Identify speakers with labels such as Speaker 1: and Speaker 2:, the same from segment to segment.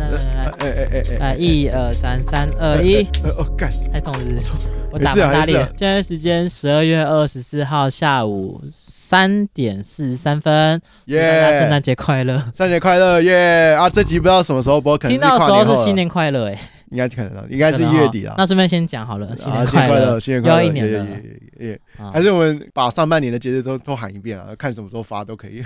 Speaker 1: 哎哎哎哎，
Speaker 2: 来，一二三，三二一，
Speaker 1: 呃哦干，
Speaker 2: 太痛了是不是，我打
Speaker 1: 没事啊
Speaker 2: 不打
Speaker 1: 没事
Speaker 2: 脸
Speaker 1: 啊。
Speaker 2: 现在时间十二月二十四号下午三点四十三分，祝大家圣
Speaker 1: 耶！
Speaker 2: 诞节快乐！
Speaker 1: 圣诞节快乐耶！啊，这集不知道什么时候播，可能
Speaker 2: 听
Speaker 1: 是
Speaker 2: 到的时
Speaker 1: 跨
Speaker 2: 候
Speaker 1: 后
Speaker 2: 是
Speaker 1: 了
Speaker 2: 新，年快乐，哎，
Speaker 1: 应该是可能了，应该是一月底
Speaker 2: 可能
Speaker 1: 了
Speaker 2: 哦。那顺便先讲好了，新
Speaker 1: 啊，
Speaker 2: 年
Speaker 1: 新
Speaker 2: 快
Speaker 1: 年快
Speaker 2: 乐，
Speaker 1: 乐，新
Speaker 2: 又
Speaker 1: 年快乐！
Speaker 2: 要一年
Speaker 1: 耶
Speaker 2: 了
Speaker 1: 耶耶耶耶
Speaker 2: 啊
Speaker 1: 还是我们把上半年的节日都都喊一遍啊，看什么时候发都可以。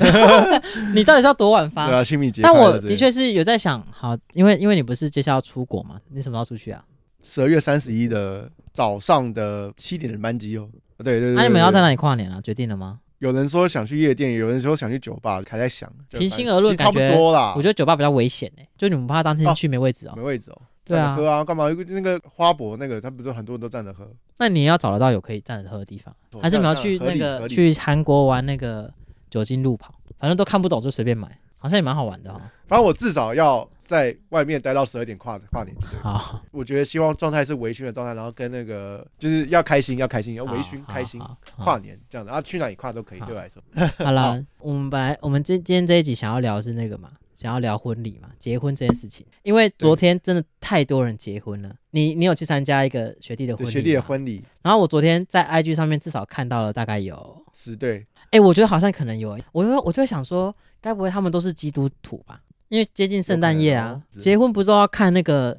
Speaker 2: 你到底是要多晚发？
Speaker 1: 对啊，清明节快
Speaker 2: 但
Speaker 1: 乐之类。
Speaker 2: 我的确是有在想，好，因为因为你不是接下来要出国嘛，你什么时候出去啊？
Speaker 1: 十二月三十一的早上的七点的班机哦。对对对，
Speaker 2: 那、你们
Speaker 1: 对
Speaker 2: 要在？
Speaker 1: 对
Speaker 2: 哪里跨年啊？决定了吗？
Speaker 1: 有人说想去夜店，有人说想去酒吧，还在想。就
Speaker 2: 平心而论
Speaker 1: 其实差不
Speaker 2: 感觉
Speaker 1: 多啦。
Speaker 2: 我觉得酒吧比较危险哎、就你们怕当天
Speaker 1: 哦
Speaker 2: 去没位置哦、
Speaker 1: 没位置哦。
Speaker 2: 对啊
Speaker 1: 站着喝啊，干嘛？那个花博那个，他不是很多人都站着喝，
Speaker 2: 那你要找得到有可以站着喝的地方，啊还是你们要去那
Speaker 1: 哦合
Speaker 2: 个
Speaker 1: 理？
Speaker 2: 去韩国玩那个酒精路跑？反正都看不懂就随便买，好像也蛮好玩 的哦、
Speaker 1: 反正我至少要在外面待到十二点跨跨年。
Speaker 2: 好，
Speaker 1: 我觉得希望状态是微醺的状态，然后跟那个就是要开心，要开心，要微醺
Speaker 2: 好
Speaker 1: 开心
Speaker 2: 好。好
Speaker 1: 跨年这样的啊，去哪里跨都可以，
Speaker 2: 好
Speaker 1: 对我来说。
Speaker 2: 好啦，我们本来我们今今天这一集想要聊的是那个嘛，想要聊婚礼嘛，结婚这件事情，因为昨天真的太多人结婚了。你你有去参加一个学弟的婚
Speaker 1: 对
Speaker 2: 礼？
Speaker 1: 学弟的。婚礼
Speaker 2: 然后我昨天在 IG 上面至少看到了大概有，
Speaker 1: 是对，
Speaker 2: 哎，我觉得好像可能有，欸我就我就会想说，该不会他们都是基督徒吧？因为接近圣诞夜
Speaker 1: 有可能
Speaker 2: 啊
Speaker 1: 哦，是
Speaker 2: 结婚不是都要看那个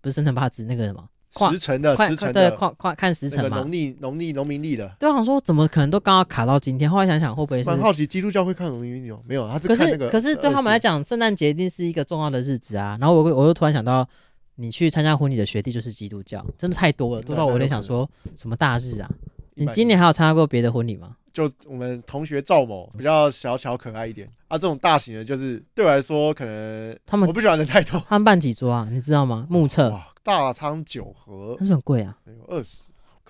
Speaker 2: 不是生辰八字那个什么？跨
Speaker 1: 时辰的
Speaker 2: 快
Speaker 1: 呃时辰
Speaker 2: 对，
Speaker 1: 的
Speaker 2: 快快看时
Speaker 1: 那个
Speaker 2: 辰嘛
Speaker 1: 农。历农历农民历的。
Speaker 2: 对，我想说怎么可能都刚好卡到今天？后来想想会不会是
Speaker 1: 蛮好奇基督教会看农民历吗？哦没有，他是
Speaker 2: 可
Speaker 1: 看
Speaker 2: 是
Speaker 1: 那个。呃
Speaker 2: 可是对他们来
Speaker 1: 讲，
Speaker 2: 讲，圣诞节一定是一个重要的日子啊。然后我会我又突然想到，你去参加婚礼的学弟就是基督教，真的太多了，多到我有点想说什么大日啊？你
Speaker 1: 100
Speaker 2: 今年还有参加过别的婚礼吗？
Speaker 1: 就我们同学赵某
Speaker 2: 嗯
Speaker 1: 比较小巧可爱一点啊，这种大型的，就是对我来说可能
Speaker 2: 他们
Speaker 1: 我不喜欢人太多。
Speaker 2: 他们办几桌啊？你知道吗？目测，
Speaker 1: 哇，大仓九合
Speaker 2: 但是很贵啊。
Speaker 1: 有二十，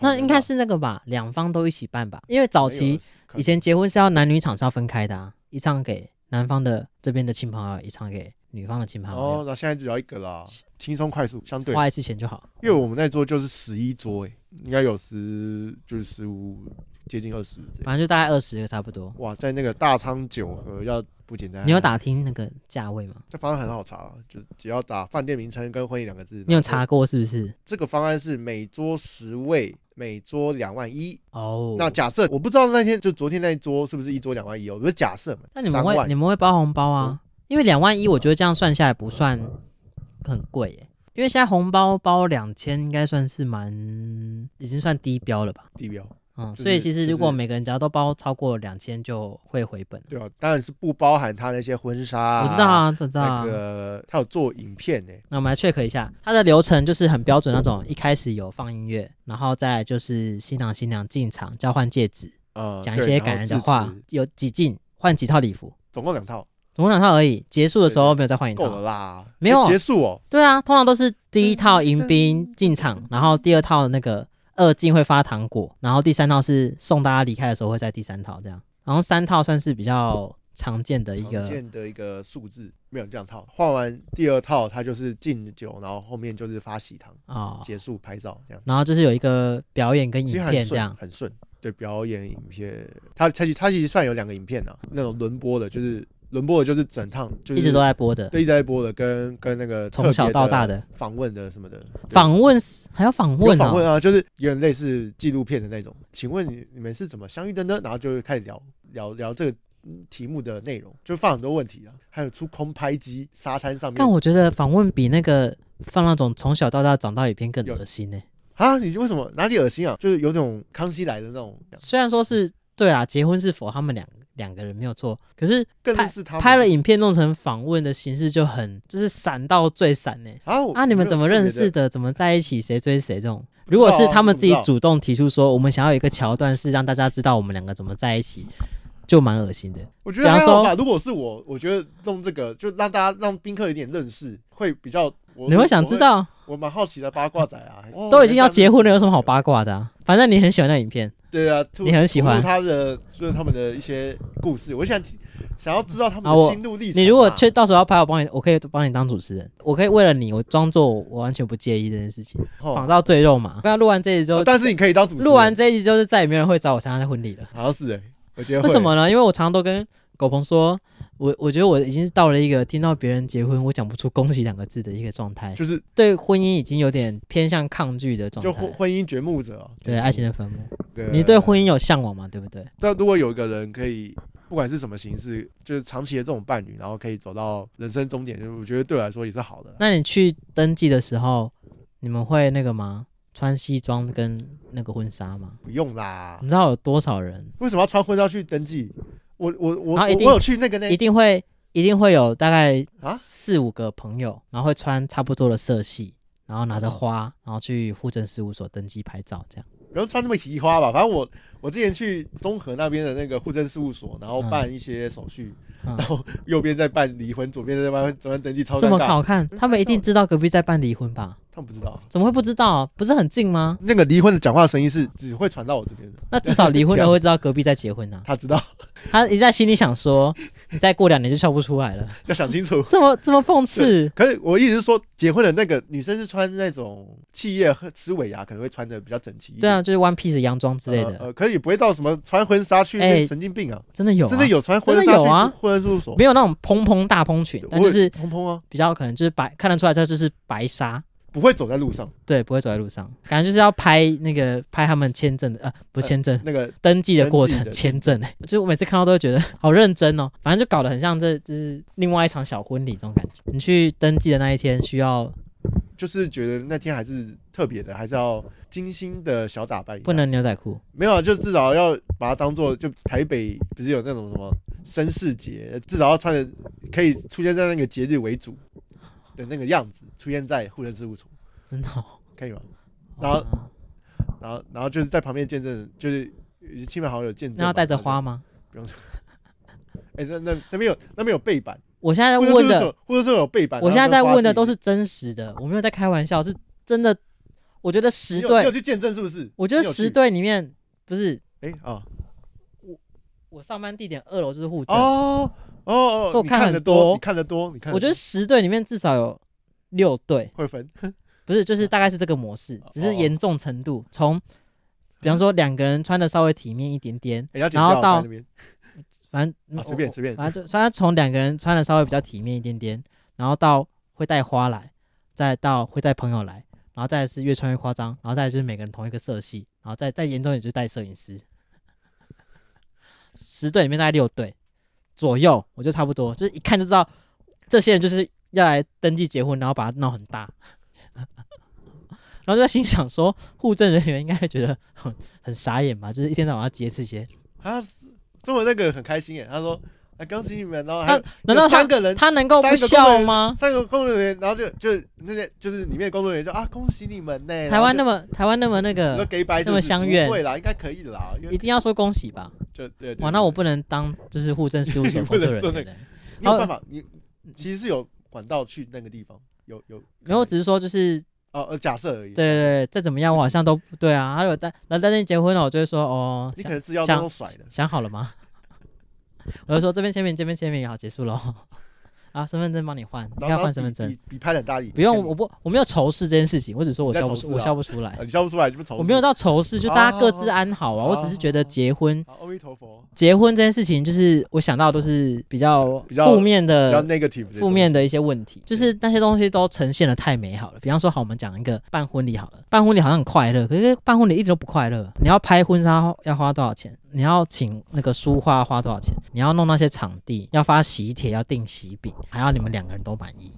Speaker 2: 那应该是那个吧，两方都一起办吧，因为早
Speaker 1: 可能有
Speaker 2: 期
Speaker 1: 20
Speaker 2: 以前结婚是要男女场是要分开的啊，一场给男方的这边的亲朋好友，一场给女方的亲朋好
Speaker 1: 哦，
Speaker 2: 友，
Speaker 1: 那现在只要一个啦，轻松快速，相对，
Speaker 2: 花一次钱就好。
Speaker 1: 因为我们那桌就是十一桌，哎，应该有十就是十五，接近二十这样。
Speaker 2: 反正就大概二十个差不多。
Speaker 1: 哇，在那个大仓九合要不简单，啊
Speaker 2: 你有，打听那个价位吗？
Speaker 1: 这方案很好查，啊就只要打饭店名称跟婚礼两个字。
Speaker 2: 你有
Speaker 1: 然后
Speaker 2: 查过是不是？
Speaker 1: 这个方案是每桌十位，每桌两万一。
Speaker 2: 哦，
Speaker 1: 那假设我不知道那天就昨天那一桌是不是一桌两万一哦，我就假设嘛。
Speaker 2: 那你们
Speaker 1: 三万嗯
Speaker 2: 会你们会包红包啊？因为两万一，我觉得这样算下来不算很贵耶。因为现在红包包两千，应该算是蛮已经算低标了吧？
Speaker 1: 地标，
Speaker 2: 嗯，
Speaker 1: 就是
Speaker 2: 所以其实
Speaker 1: 就是
Speaker 2: 如果每个人只要都包超过两千，就会回本。
Speaker 1: 对啊，当然是不包含他那些婚纱、
Speaker 2: 我知道。啊，我知道啊
Speaker 1: 那。个他有做影片呢、
Speaker 2: 那我们来 check 一下，它的流程就是很标准那种，一开始有放音乐，然后再来就是新郎新娘进场交换戒指，
Speaker 1: 啊、
Speaker 2: 讲一
Speaker 1: 对
Speaker 2: 些
Speaker 1: 然后
Speaker 2: 感人的
Speaker 1: 致
Speaker 2: 话
Speaker 1: 辞，
Speaker 2: 有几进换几套礼服，
Speaker 1: 总共两套，
Speaker 2: 总共两套而已。结束的时候没有再换一
Speaker 1: 够了
Speaker 2: 套。
Speaker 1: 啦，
Speaker 2: 没有
Speaker 1: 哎结束哦，
Speaker 2: 对啊，通常都是第一套迎宾进场，然后第二套那个二进会发糖果，然后第三套是送大家离开的时候会在第三套这样，然后三套算是比较常见的一
Speaker 1: 常
Speaker 2: 个。
Speaker 1: 见的一个数字，没有这样套，换完第二套他就是敬酒，然后后面就是发喜糖，
Speaker 2: 哦，
Speaker 1: 结束拍照这样，
Speaker 2: 然后就是有一个表演跟
Speaker 1: 其实
Speaker 2: 影
Speaker 1: 很
Speaker 2: 片这样
Speaker 1: 顺，，很顺，对，表演影片，他他其他其实算有两个影片啊，那种轮播的，就是轮播的，就是整趟就是
Speaker 2: 一直都在播的，
Speaker 1: 对一直在播的，跟跟那个
Speaker 2: 从小到大
Speaker 1: 的
Speaker 2: 的
Speaker 1: 访问的什么的对
Speaker 2: 访问还要访
Speaker 1: 有
Speaker 2: 问
Speaker 1: 访问
Speaker 2: 哦。
Speaker 1: 啊，就是有点类似纪录片的那种。请问你你们是怎么相遇的呢？然后就会开始聊聊聊这个嗯题目的内容，就放很多问题啊，还有出空拍机沙滩上面
Speaker 2: 但我觉得访问比那个放那种从小到大长大影片更
Speaker 1: 有
Speaker 2: 恶心呢、欸
Speaker 1: 啊，你为什么哪里恶心啊？就是有种康熙来的那种，
Speaker 2: 虽然说是对啦，结婚是否他们两两个人没有错，可是
Speaker 1: 更是他们
Speaker 2: 拍了影片弄成访问的形式就很就是闪到最闪呢、
Speaker 1: 啊我
Speaker 2: 啊，你们怎么认识？的？怎么在一起？谁追谁？这种如果是他们自己主动提出说，我们想要有一个桥段是让大家知道我们两个怎么在一起，就蛮恶心的。
Speaker 1: 我觉得
Speaker 2: 比
Speaker 1: 还
Speaker 2: 方
Speaker 1: 好
Speaker 2: 说
Speaker 1: 吧。如果是我，我觉得弄这个就让大家让宾客有点认识，会比较。我
Speaker 2: 你会想知？道，
Speaker 1: 我我蛮好奇的八卦仔 啊，哦
Speaker 2: 都已经要结婚了，有什么好？
Speaker 1: 原来他们
Speaker 2: 八卦的、啊？反正你很喜欢那影片，
Speaker 1: 对啊，吐
Speaker 2: 你很喜欢
Speaker 1: 吐露他的，就是他们的一些故事。我想想要知道他们
Speaker 2: 啊
Speaker 1: 的
Speaker 2: 我
Speaker 1: 心路历程啊、
Speaker 2: 你如果去到时候要拍，我帮你，我可以帮你当主持人，我可以为了你，我装作我完全不介意这件事情，
Speaker 1: 哦
Speaker 2: 仿到最肉麻。刚刚录完这一集之后
Speaker 1: 哦，但是你可以当主持人
Speaker 2: 录完这一集之后，就再也没有人会找我参加婚礼了。
Speaker 1: 好像是哎、我觉得会
Speaker 2: 为什？么呢？因为我常常都跟狗鹏说，我我觉得我已经是到了一个听到别人结婚，我讲不出“恭喜”两个字的一个状态，
Speaker 1: 就是
Speaker 2: 对婚姻已经有点偏向抗拒的状
Speaker 1: 就婚
Speaker 2: 态。
Speaker 1: 婚姻掘墓者啊、
Speaker 2: 对爱情的坟墓，
Speaker 1: 对
Speaker 2: 你对婚姻有向往吗？对不对？
Speaker 1: 但如果有一个人可以，不管是什么形式，就是长期的这种伴侣，然后可以走到人生终点，就是我觉得对我来说也是好的啦。
Speaker 2: 那你去登记的时候，你们会那个吗？穿西装跟那个婚纱吗？
Speaker 1: 不用啦
Speaker 2: 你，知道有多少人
Speaker 1: 为什么要穿婚纱去登记？我我我我
Speaker 2: 啊然后一定
Speaker 1: 我有去那个那
Speaker 2: 一定会一定会有大概
Speaker 1: 啊
Speaker 2: 四五个朋友，然后会穿差不多的色系，然后拿着花，然后去户政事务所登记拍照，这样。
Speaker 1: 不用穿那么奇花吧。反正我我之前去综合那边的那个户政事务所，然后办一些手续，
Speaker 2: 嗯
Speaker 1: 然后右边在办离婚，左边在办左边登记，超
Speaker 2: 这
Speaker 1: 尴
Speaker 2: 么
Speaker 1: 尬。
Speaker 2: 好看，他们一定知道隔壁在办离婚吧？
Speaker 1: 他们不知道，
Speaker 2: 怎么会不知道？啊不是很近吗？
Speaker 1: 那个离婚的讲话声音是只会传到我这边的，
Speaker 2: 那至少离 婚的会知道隔壁在结婚啊。
Speaker 1: 他知道
Speaker 2: 他一在心里想说，你再过两年就笑不出来了，
Speaker 1: 要想清楚。
Speaker 2: 这么这么讽刺。
Speaker 1: 可是我一直是说，结婚的那个女生是穿那种企业和吃尾牙，可能会穿的比较整齐一点。
Speaker 2: 对啊，就是 One Piece 洋装之类
Speaker 1: 呃，
Speaker 2: 的，
Speaker 1: 呃可是也不会到什么穿婚纱去，
Speaker 2: 哎
Speaker 1: 那神经病啊！
Speaker 2: 真的有啊，
Speaker 1: 真的有穿婚
Speaker 2: 真
Speaker 1: 纱
Speaker 2: 的有啊
Speaker 1: 去婚人事务所，
Speaker 2: 没有那种蓬蓬大蓬裙，但就
Speaker 1: 我
Speaker 2: 是
Speaker 1: 蓬蓬啊，
Speaker 2: 比较可能就是白，看得出来它就是白纱，
Speaker 1: 不会走在路上，
Speaker 2: 对，不会走在路上，感觉就是要拍那个拍他们签证的，呃，不是签证。
Speaker 1: 那个
Speaker 2: 登记的过
Speaker 1: 登记
Speaker 2: 程，
Speaker 1: 的
Speaker 2: 签证，欸就是我每次看到都会觉得好认真哦，反正就搞得很像这就是另外一场小婚礼这种感觉。你去登记的那一天需要
Speaker 1: 就是觉得那天还是特别的，还是要精心的小打扮一下。
Speaker 2: 不能牛仔裤，
Speaker 1: 没有啊，就至少要把它当做就台北不是有那种什么绅士节，至少要穿的可以出现在那个节日为主的那个样子，出现在户政事务所，
Speaker 2: 真的、哦。
Speaker 1: 可以吗？然后
Speaker 2: 啊
Speaker 1: 然后然后就是在旁边见证，就是呃亲朋好友见证嘛。
Speaker 2: 那要带着花
Speaker 1: 吗？
Speaker 2: 吗？
Speaker 1: 哎、那那那边有那边有背板，
Speaker 2: 我现在在
Speaker 1: 或者
Speaker 2: 问
Speaker 1: 是
Speaker 2: 的
Speaker 1: 有，或者是有背板。
Speaker 2: 我现
Speaker 1: 然
Speaker 2: 在
Speaker 1: 后跟
Speaker 2: 在
Speaker 1: 花
Speaker 2: 问的
Speaker 1: 自己
Speaker 2: 都是真实的，我没有在开玩笑，是真的。我觉得十
Speaker 1: 你有你有
Speaker 2: 对，
Speaker 1: 去见证是不是？
Speaker 2: 我觉得
Speaker 1: 你有去
Speaker 2: 十对里面不是
Speaker 1: 哎啊
Speaker 2: 我上班地点二楼就是户政，
Speaker 1: 哦哦哦，
Speaker 2: 所以我
Speaker 1: 你
Speaker 2: 看
Speaker 1: 看
Speaker 2: 很
Speaker 1: 得
Speaker 2: 多
Speaker 1: 多，你看得多，你看得多，
Speaker 2: 我觉得十对里面至少有六对，
Speaker 1: 会分
Speaker 2: 不是，就是大概是这个模式，只
Speaker 1: 嗯哦
Speaker 2: 是严重程度从，比方说两个人穿的稍微体面一点点，
Speaker 1: 哎要剪
Speaker 2: 然后
Speaker 1: 掉
Speaker 2: 到
Speaker 1: 在那边
Speaker 2: 反正
Speaker 1: 啊
Speaker 2: 嗯
Speaker 1: 随便
Speaker 2: 我
Speaker 1: 随便
Speaker 2: 反正就反正从两个人穿的稍微比较体面一点点，然后到会带花来，再到会带朋友来，然后再来是越穿越夸张，然后再来就是每个人同一个色系，然后再再严重一点就是带摄影师， 十队里面大概六队左右，我就差不多，就是一看就知道这些人就是要来登记结婚，然后把它闹很大。 然后就在心想说，户政人员应该会觉得很很傻眼吧，就是一天到晚要接这些。
Speaker 1: 他啊中文那个很开心哎，他说啊恭喜你们，然后还
Speaker 2: 他
Speaker 1: 有
Speaker 2: 难道
Speaker 1: 有
Speaker 2: 他
Speaker 1: 三个人
Speaker 2: 他能够
Speaker 1: 三
Speaker 2: 不
Speaker 1: 个工
Speaker 2: 笑
Speaker 1: 人
Speaker 2: 吗？
Speaker 1: 三个工作人员，然后就就那些就是里面的工作人员就啊恭喜你们呢，
Speaker 2: 台湾那
Speaker 1: 么
Speaker 2: 么台湾那么那
Speaker 1: 你说
Speaker 2: 个，
Speaker 1: 给白
Speaker 2: 那么相怨
Speaker 1: 对啦，应该可以啦，因为
Speaker 2: 一定要说恭喜吧？
Speaker 1: 就对对
Speaker 2: 哇，那我
Speaker 1: 对
Speaker 2: 不能当就是户政事务所
Speaker 1: 你不
Speaker 2: 工作
Speaker 1: 能
Speaker 2: 人
Speaker 1: 做
Speaker 2: 员
Speaker 1: 那
Speaker 2: 嘞。
Speaker 1: 你有
Speaker 2: 好嗯
Speaker 1: 办法，你其实是有管道去那个地方，有有
Speaker 2: 没有，我只是说就是
Speaker 1: 哦呃假设而已，
Speaker 2: 对对对，再怎么样我好像都不对啊。还有但那但是结婚了，我就会说哦，
Speaker 1: 你可
Speaker 2: 想
Speaker 1: 能资料
Speaker 2: 像
Speaker 1: 都甩的，
Speaker 2: 想好了吗？ 我就说这边签名，这边签名，好，结束喽。 啊，身份证帮你换，你看
Speaker 1: 然后然后
Speaker 2: 换身份证，
Speaker 1: 比比拍得很大力，
Speaker 2: 不用，
Speaker 1: 你
Speaker 2: 我不我没有仇视这件事情，我只说我
Speaker 1: 你在
Speaker 2: 笑不
Speaker 1: 仇
Speaker 2: 出，
Speaker 1: 视
Speaker 2: 我
Speaker 1: 啊
Speaker 2: 笑不出来
Speaker 1: 啊，你笑不出来，你不是从
Speaker 2: 我没有到仇视，就大家各自
Speaker 1: 哦
Speaker 2: 安好啊。我只是觉得
Speaker 1: 哦
Speaker 2: 结婚
Speaker 1: 好，阿弥陀佛，
Speaker 2: 结婚这件事情，就是我想到都是比较
Speaker 1: 比较
Speaker 2: 负面
Speaker 1: 比
Speaker 2: 的。
Speaker 1: 较 negative 的东西
Speaker 2: 呃负面的一些问题，就是那些东西都呈现的太美好了。比方说，好，我们讲一个办婚礼好了，办婚礼好像很快乐，可是办婚礼一点都不快乐。你要拍婚纱要花多少钱？你要请那个书画花多少钱？你要弄那些场地，要发喜帖，要订喜饼，还要你们两个人都满意。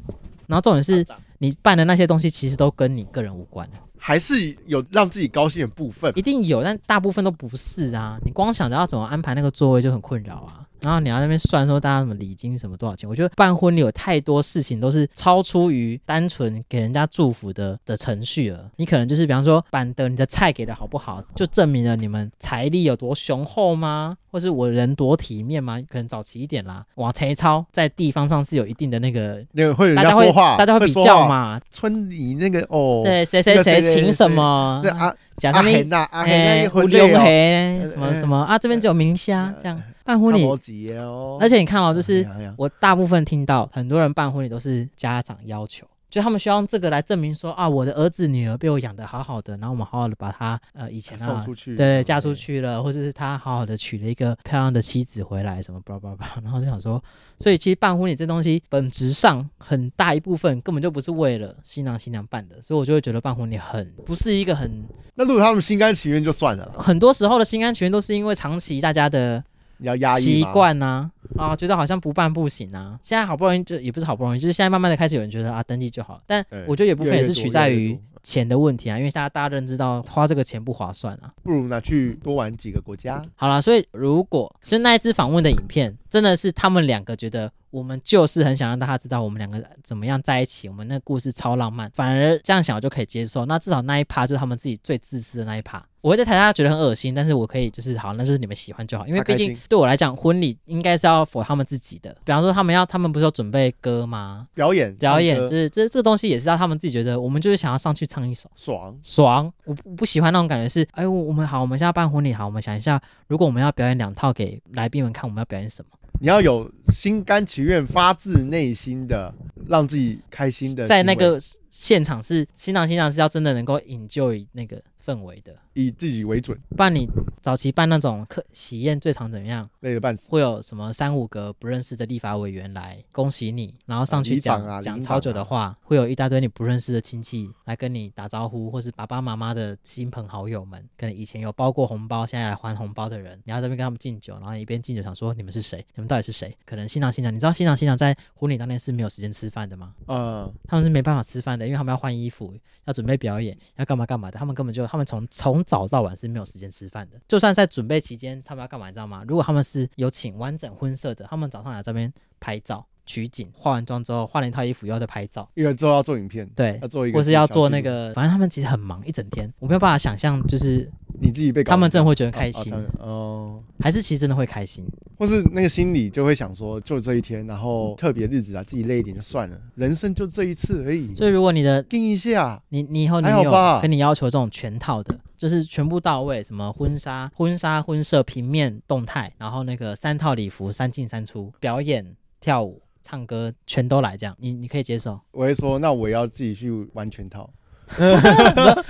Speaker 2: 然后重点是你办的那些东西，其实都跟你个人无关。
Speaker 1: 还是有让自己高兴的部分，
Speaker 2: 一定有，但大部分都不是啊。你光想着要怎么安排那个座位就很困扰啊。然后你要在那边算说大家什么礼金什么多少钱，我觉得办婚礼有太多事情都是超出于单纯给人家祝福的的程序了。你可能就是比方说板的你的菜给的好不好，就证明了你们财力有多雄厚吗？或是我人多体面吗？可能早起一点啦，往前超在地方上是有一定的那个，
Speaker 1: 那个会有人
Speaker 2: 大
Speaker 1: 家
Speaker 2: 家会
Speaker 1: 说话，
Speaker 2: 大家
Speaker 1: 会
Speaker 2: 会比
Speaker 1: 说
Speaker 2: 较
Speaker 1: 话，
Speaker 2: 嘛。
Speaker 1: 村里那个哦，，
Speaker 2: 对，啊谁
Speaker 1: 那
Speaker 2: 谁
Speaker 1: 个谁
Speaker 2: 谁
Speaker 1: 谁
Speaker 2: 请
Speaker 1: 谁
Speaker 2: 什么？啊
Speaker 1: 那啊阿
Speaker 2: 讲
Speaker 1: 阿
Speaker 2: 上面
Speaker 1: 黑呐，阿黑啊那
Speaker 2: 哎，
Speaker 1: 一
Speaker 2: 五
Speaker 1: 婚
Speaker 2: 六
Speaker 1: 礼哦，哎
Speaker 2: 黑什么什么啊，这边只有明虾这样办婚礼
Speaker 1: 差，不多几哦，
Speaker 2: 而且你看哦，就是
Speaker 1: 哎呀哎呀
Speaker 2: 我大部分听到很多人办婚礼都是家长要求，就他们需要用这个来证明说啊，我的儿子女儿被我养的好好的，然后我们好好的把他呃以前
Speaker 1: 送
Speaker 2: 啊
Speaker 1: 出去，
Speaker 2: 对，嫁出去了，或者是他好好的娶了一个漂亮的妻子回来，什么叭叭叭，然后就想说，所以其实办婚礼这东西本质上很大一部分根本就不是为了新郎新娘办的，所以我就会觉得办婚礼很不是一个很
Speaker 1: 那如果他们心甘情愿就算了啦，
Speaker 2: 很多时候的心甘情愿都是因为长期大家的
Speaker 1: 你要压抑
Speaker 2: 习
Speaker 1: 吗，
Speaker 2: 惯呐、啊，觉得好像不办不行啊。现在好不容易就也不是好不容易，就是现在慢慢的开始有人觉得啊，登记就好了。但
Speaker 1: 对
Speaker 2: 我觉得有部分也是取在
Speaker 1: 越来越
Speaker 2: 于
Speaker 1: 多
Speaker 2: 钱的问题啊，因为大家大家认知到花这个钱不划算啊。
Speaker 1: 不如拿去多玩几个国家。
Speaker 2: 好啦，所以如果就那一支访问的影片，真的是他们两个觉得我们就是很想让大家知道我们两个怎么样在一起，我们那个故事超浪漫，反而这样想我就可以接受。那至少那一趴就是他们自己最自私的那一趴。我会在台下觉得很恶心，但是我可以就是好，那就是你们喜欢就好，因为
Speaker 1: 他开
Speaker 2: 毕
Speaker 1: 心
Speaker 2: 竟对我来讲，婚礼应该是要 for 他们自己的。比方说他们要，他们不是有准备歌吗？
Speaker 1: 表演
Speaker 2: 表演
Speaker 1: 唱歌
Speaker 2: 就是这这个东西也是让他们自己觉得，我们就是想要上去唱一首。
Speaker 1: 爽，
Speaker 2: 爽，我不不喜欢那种感觉是，哎，我我们好，我们现在办婚礼好，我们想一下，如果我们要表演两套给来宾们看，我们要表演什么？
Speaker 1: 你要有心甘情愿、发自内心的让自己开心的行为，
Speaker 2: 在那个现场是新郎新娘是要真的能够 enjoy 那个氛围的，
Speaker 1: 以自己为准，
Speaker 2: 不然你早期办那种客喜宴最常怎么样？
Speaker 1: 累得半死。
Speaker 2: 会有什么三五个不认识的立法委员来恭喜你，然后上
Speaker 1: 啊
Speaker 2: 去
Speaker 1: 里
Speaker 2: 讲、
Speaker 1: 长啊
Speaker 2: 讲
Speaker 1: 里
Speaker 2: 超
Speaker 1: 长
Speaker 2: 久的
Speaker 1: 啊
Speaker 2: 话，会有一大堆你不认识的亲戚来跟你打招呼，或是爸爸妈妈的亲朋好友们，可能以前有包过红包，现在来还红包的人，你要在那边跟他们敬酒，然后一边敬酒想说你们是谁，你们到底是谁？可能新郎新娘，你知道新郎新娘在婚礼当天是没有时间吃饭的吗？
Speaker 1: 嗯，
Speaker 2: 他们是没办法吃饭的，因为他们要换衣服，要准备表演，要干嘛干嘛的。他们根本就，他们从从早到晚是没有时间吃饭的。就算在准备期间，他们要干嘛，你知道吗？如果他们是有请完整婚摄的，他们早上来这边拍照、取景，化完妆之后换了一套衣服又要再拍照，
Speaker 1: 因为之后要做影片，
Speaker 2: 对
Speaker 1: 要，做一个，
Speaker 2: 或是要做那，个，反正他们其实很忙一整天。我没有办法想象，就是
Speaker 1: 你自己被搞
Speaker 2: 他们真的会觉得
Speaker 1: 很
Speaker 2: 开心，
Speaker 1: 哦，
Speaker 2: 还是其实真的会开心。
Speaker 1: 或是那个心里就会想说，就这一天，然后特别日子啊，自己累一点就算了，人生就这一次而已，
Speaker 2: 所以如果你的
Speaker 1: 定一下，
Speaker 2: 你你以后你
Speaker 1: 还好
Speaker 2: 有
Speaker 1: 吧
Speaker 2: 跟你要求这种全套的，就是全部到位，什么婚纱、婚纱、婚摄、平面、动态，然后那个三套礼服，三进三出，表演、跳舞、唱歌，全都来这样，你你可以接受？
Speaker 1: 我会说，那我也要自己去玩全套。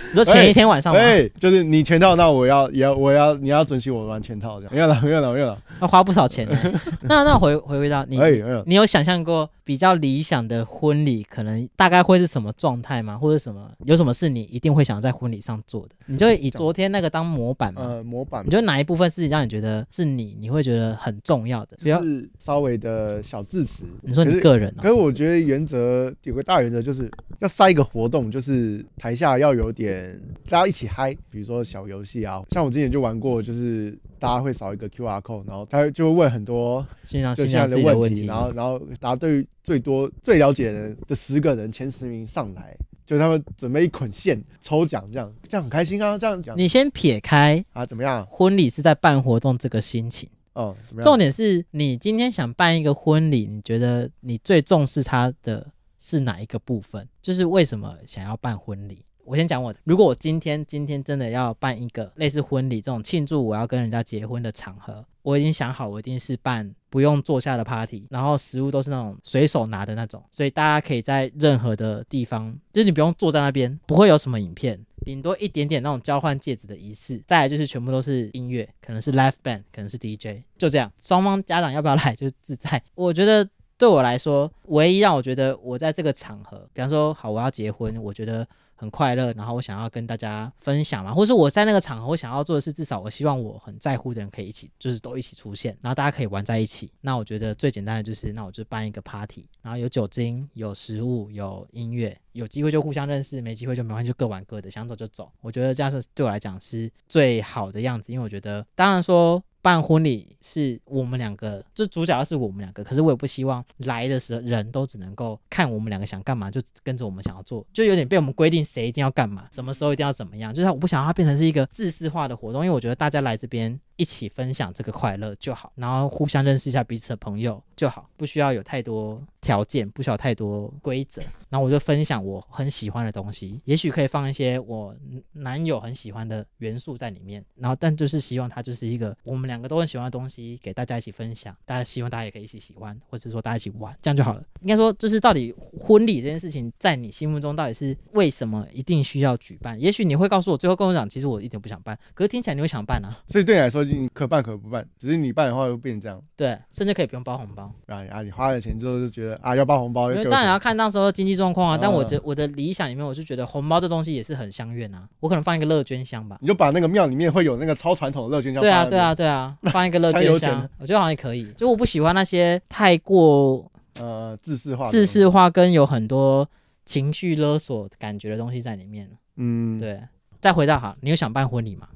Speaker 2: 你说前一天晚上吗？
Speaker 1: 哎，就是你全套，那我要也要我要你要准许我玩全套这样，没有了没有了没有了，
Speaker 2: 要花不少钱 呢。那那回回归到你，
Speaker 1: 哎哎，
Speaker 2: 你有想象过比较理想的婚礼，可能大概会是什么状态吗？或者什么有什么事你一定会想在婚礼上做的？你就以昨天那个当模板嘛。
Speaker 1: 呃，模板
Speaker 2: 你觉得哪一部分是让你觉得是你你会觉得很重要的？不要
Speaker 1: 就是稍微的小致辞。
Speaker 2: 你说
Speaker 1: 可
Speaker 2: 你
Speaker 1: 是
Speaker 2: 个人哦，
Speaker 1: 可是我觉得原则有个大原则，就是要塞一个活动，就是台下要有点大家一起嗨，比如说小游戏啊，像我之前就玩过，就是大家会扫一个 QR code，然后他就会问很多
Speaker 2: 新郎
Speaker 1: 就
Speaker 2: 新
Speaker 1: 现在
Speaker 2: 娘自己的
Speaker 1: 问
Speaker 2: 问
Speaker 1: 题，
Speaker 2: 题，
Speaker 1: 然后然后答对最多最了解的人的十个人前十名上来，就他们准备一捆线抽奖，这样这样很开心啊，这样讲
Speaker 2: 你先撇开
Speaker 1: 啊怎么样？
Speaker 2: 婚礼是在办活动这个心情，
Speaker 1: 哦、怎么样？
Speaker 2: 重点是你今天想办一个婚礼，你觉得你最重视它的是哪一个部分？就是为什么想要办婚礼？我先讲我的，如果我今天今天真的要办一个类似婚礼这种庆祝我要跟人家结婚的场合，我已经想好，我一定是办不用坐下的 party，然后食物都是那种随手拿的那种，所以大家可以在任何的地方，就是你不用坐在那边，不会有什么影片，顶多一点点那种交换戒指的仪式，再来就是全部都是音乐，可能是 live band，可能是 DJ，就这样。双方家长要不要来就自在。我觉得对我来说，唯一让我觉得我在这个场合，比方说好我要结婚，我觉得很快乐，然后我想要跟大家分享嘛，或是我在那个场合我想要做的是，至少我希望我很在乎的人可以一起，就是都一起出现，然后大家可以玩在一起。那我觉得最简单的就是，那我就办一个 party，然后有酒精、有食物、有音乐，有机会就互相认识，没机会就没关系，就各玩各的，想走就走。我觉得这样是对我来讲是最好的样子，因为我觉得，当然说。办婚礼是我们两个，这主角是我们两个，可是我也不希望来的时候人都只能够看我们两个想干嘛就跟着我们想要做，就有点被我们规定谁一定要干嘛，什么时候一定要怎么样，就是我不想要它变成是一个自私化的活动，因为我觉得大家来这边。一起分享这个快乐就好，然后互相认识一下彼此的朋友就好，不需要有太多条件，不需要太多 规则。然后我就分享我很喜欢的东西，也许可以放一些我男友很喜欢的元素在里面，然后但就是希望它就是一个我们两个都很喜欢的东西，给大家一起分享，大家希望大家也可以一起喜欢，或者说大家一起玩，这样就好了。应该说就是到底婚礼这件事情在你心目中到底是为什么一定需要举办？也许你会告诉我，最后跟我讲，其实我一点不想办，可是听起来你会想办啊，
Speaker 1: 所以对你来说，你可办可不办，只是你办的话会变成这样。
Speaker 2: 对，甚至可以不用包红包。
Speaker 1: 啊啊！你花了钱之后就觉得啊，要包红
Speaker 2: 因
Speaker 1: 包，要
Speaker 2: 为
Speaker 1: 给我
Speaker 2: 当然
Speaker 1: 钱
Speaker 2: 要看那时候经济状况啊，但我
Speaker 1: 嗯
Speaker 2: 觉我的理想里面，我就觉得红包这东西也是很相愿啊。我可能放一个乐捐箱吧，
Speaker 1: 你就把那个庙里面会有那个超传统的乐捐箱
Speaker 2: 对啊，
Speaker 1: 放在
Speaker 2: 对
Speaker 1: 那
Speaker 2: 啊，对 啊，放一个乐
Speaker 1: 香油
Speaker 2: 捐
Speaker 1: 钱
Speaker 2: 箱，我觉得好像也可以。就我不喜欢那些太过
Speaker 1: 边，呃，自式化的
Speaker 2: 自
Speaker 1: 东西，
Speaker 2: 式化跟有很多情绪勒索感觉的东西在里面。
Speaker 1: 嗯，，
Speaker 2: 对，再回到哈，你有想办婚礼吗？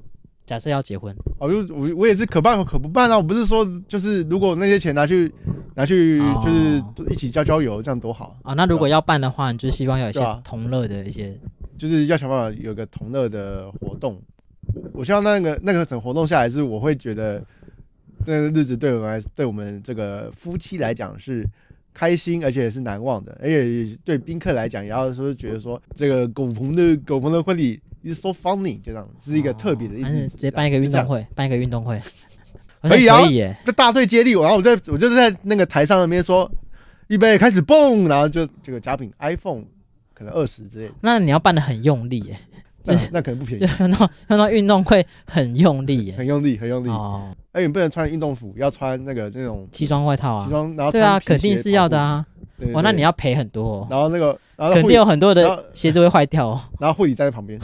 Speaker 2: 假设要结婚，
Speaker 1: 我就哦我我也是可办可不办啊，我不是说就是如果那些钱拿去拿去
Speaker 2: 哦
Speaker 1: 就是一起交交友，这样多好，
Speaker 2: 啊，那如果要办的话，你就希望有一些
Speaker 1: 对啊
Speaker 2: 同乐的一些，
Speaker 1: 就是要想办法有个同乐的活动。我我希望那个那个整活动下来是，我会觉得那个日子对我们来，对我们这个夫妻来讲是开心，而且也是难忘的，而且对宾客来讲，也要说觉得说这个狗鹏的狗鹏的婚礼 is so funny，就这样是一个特别的
Speaker 2: 哦
Speaker 1: 日
Speaker 2: 还
Speaker 1: 子。
Speaker 2: 是直接办一个运
Speaker 1: 这
Speaker 2: 动
Speaker 1: 样
Speaker 2: 会，办一个运动 会，好像
Speaker 1: 可以啊
Speaker 2: 可以耶。
Speaker 1: 就大队接力，然后我在我就是在那个台上那边说，预备开始蹦，然后就这个奖品 iPhone 可能二十之类的，
Speaker 2: 那你要办的很用力耶，
Speaker 1: 那
Speaker 2: 就是
Speaker 1: 那可能不便
Speaker 2: 就
Speaker 1: 宜，
Speaker 2: 用到用到运动会很用力耶。
Speaker 1: 很用力，很用力。
Speaker 2: 哦，
Speaker 1: 而哎且你不能穿运动服，要穿那个那种
Speaker 2: 西装外套
Speaker 1: 西
Speaker 2: 啊，
Speaker 1: 装，然后
Speaker 2: 对啊，
Speaker 1: 穿皮鞋
Speaker 2: 肯定是要的啊。
Speaker 1: 跑步。对
Speaker 2: 哇，那你，
Speaker 1: 对
Speaker 2: 要赔很多哦，
Speaker 1: 然后那个，然后
Speaker 2: 肯
Speaker 1: 护
Speaker 2: 定
Speaker 1: 理，
Speaker 2: 有很多
Speaker 1: 然后
Speaker 2: 的鞋子会坏掉哦。
Speaker 1: 然后护理站在旁边。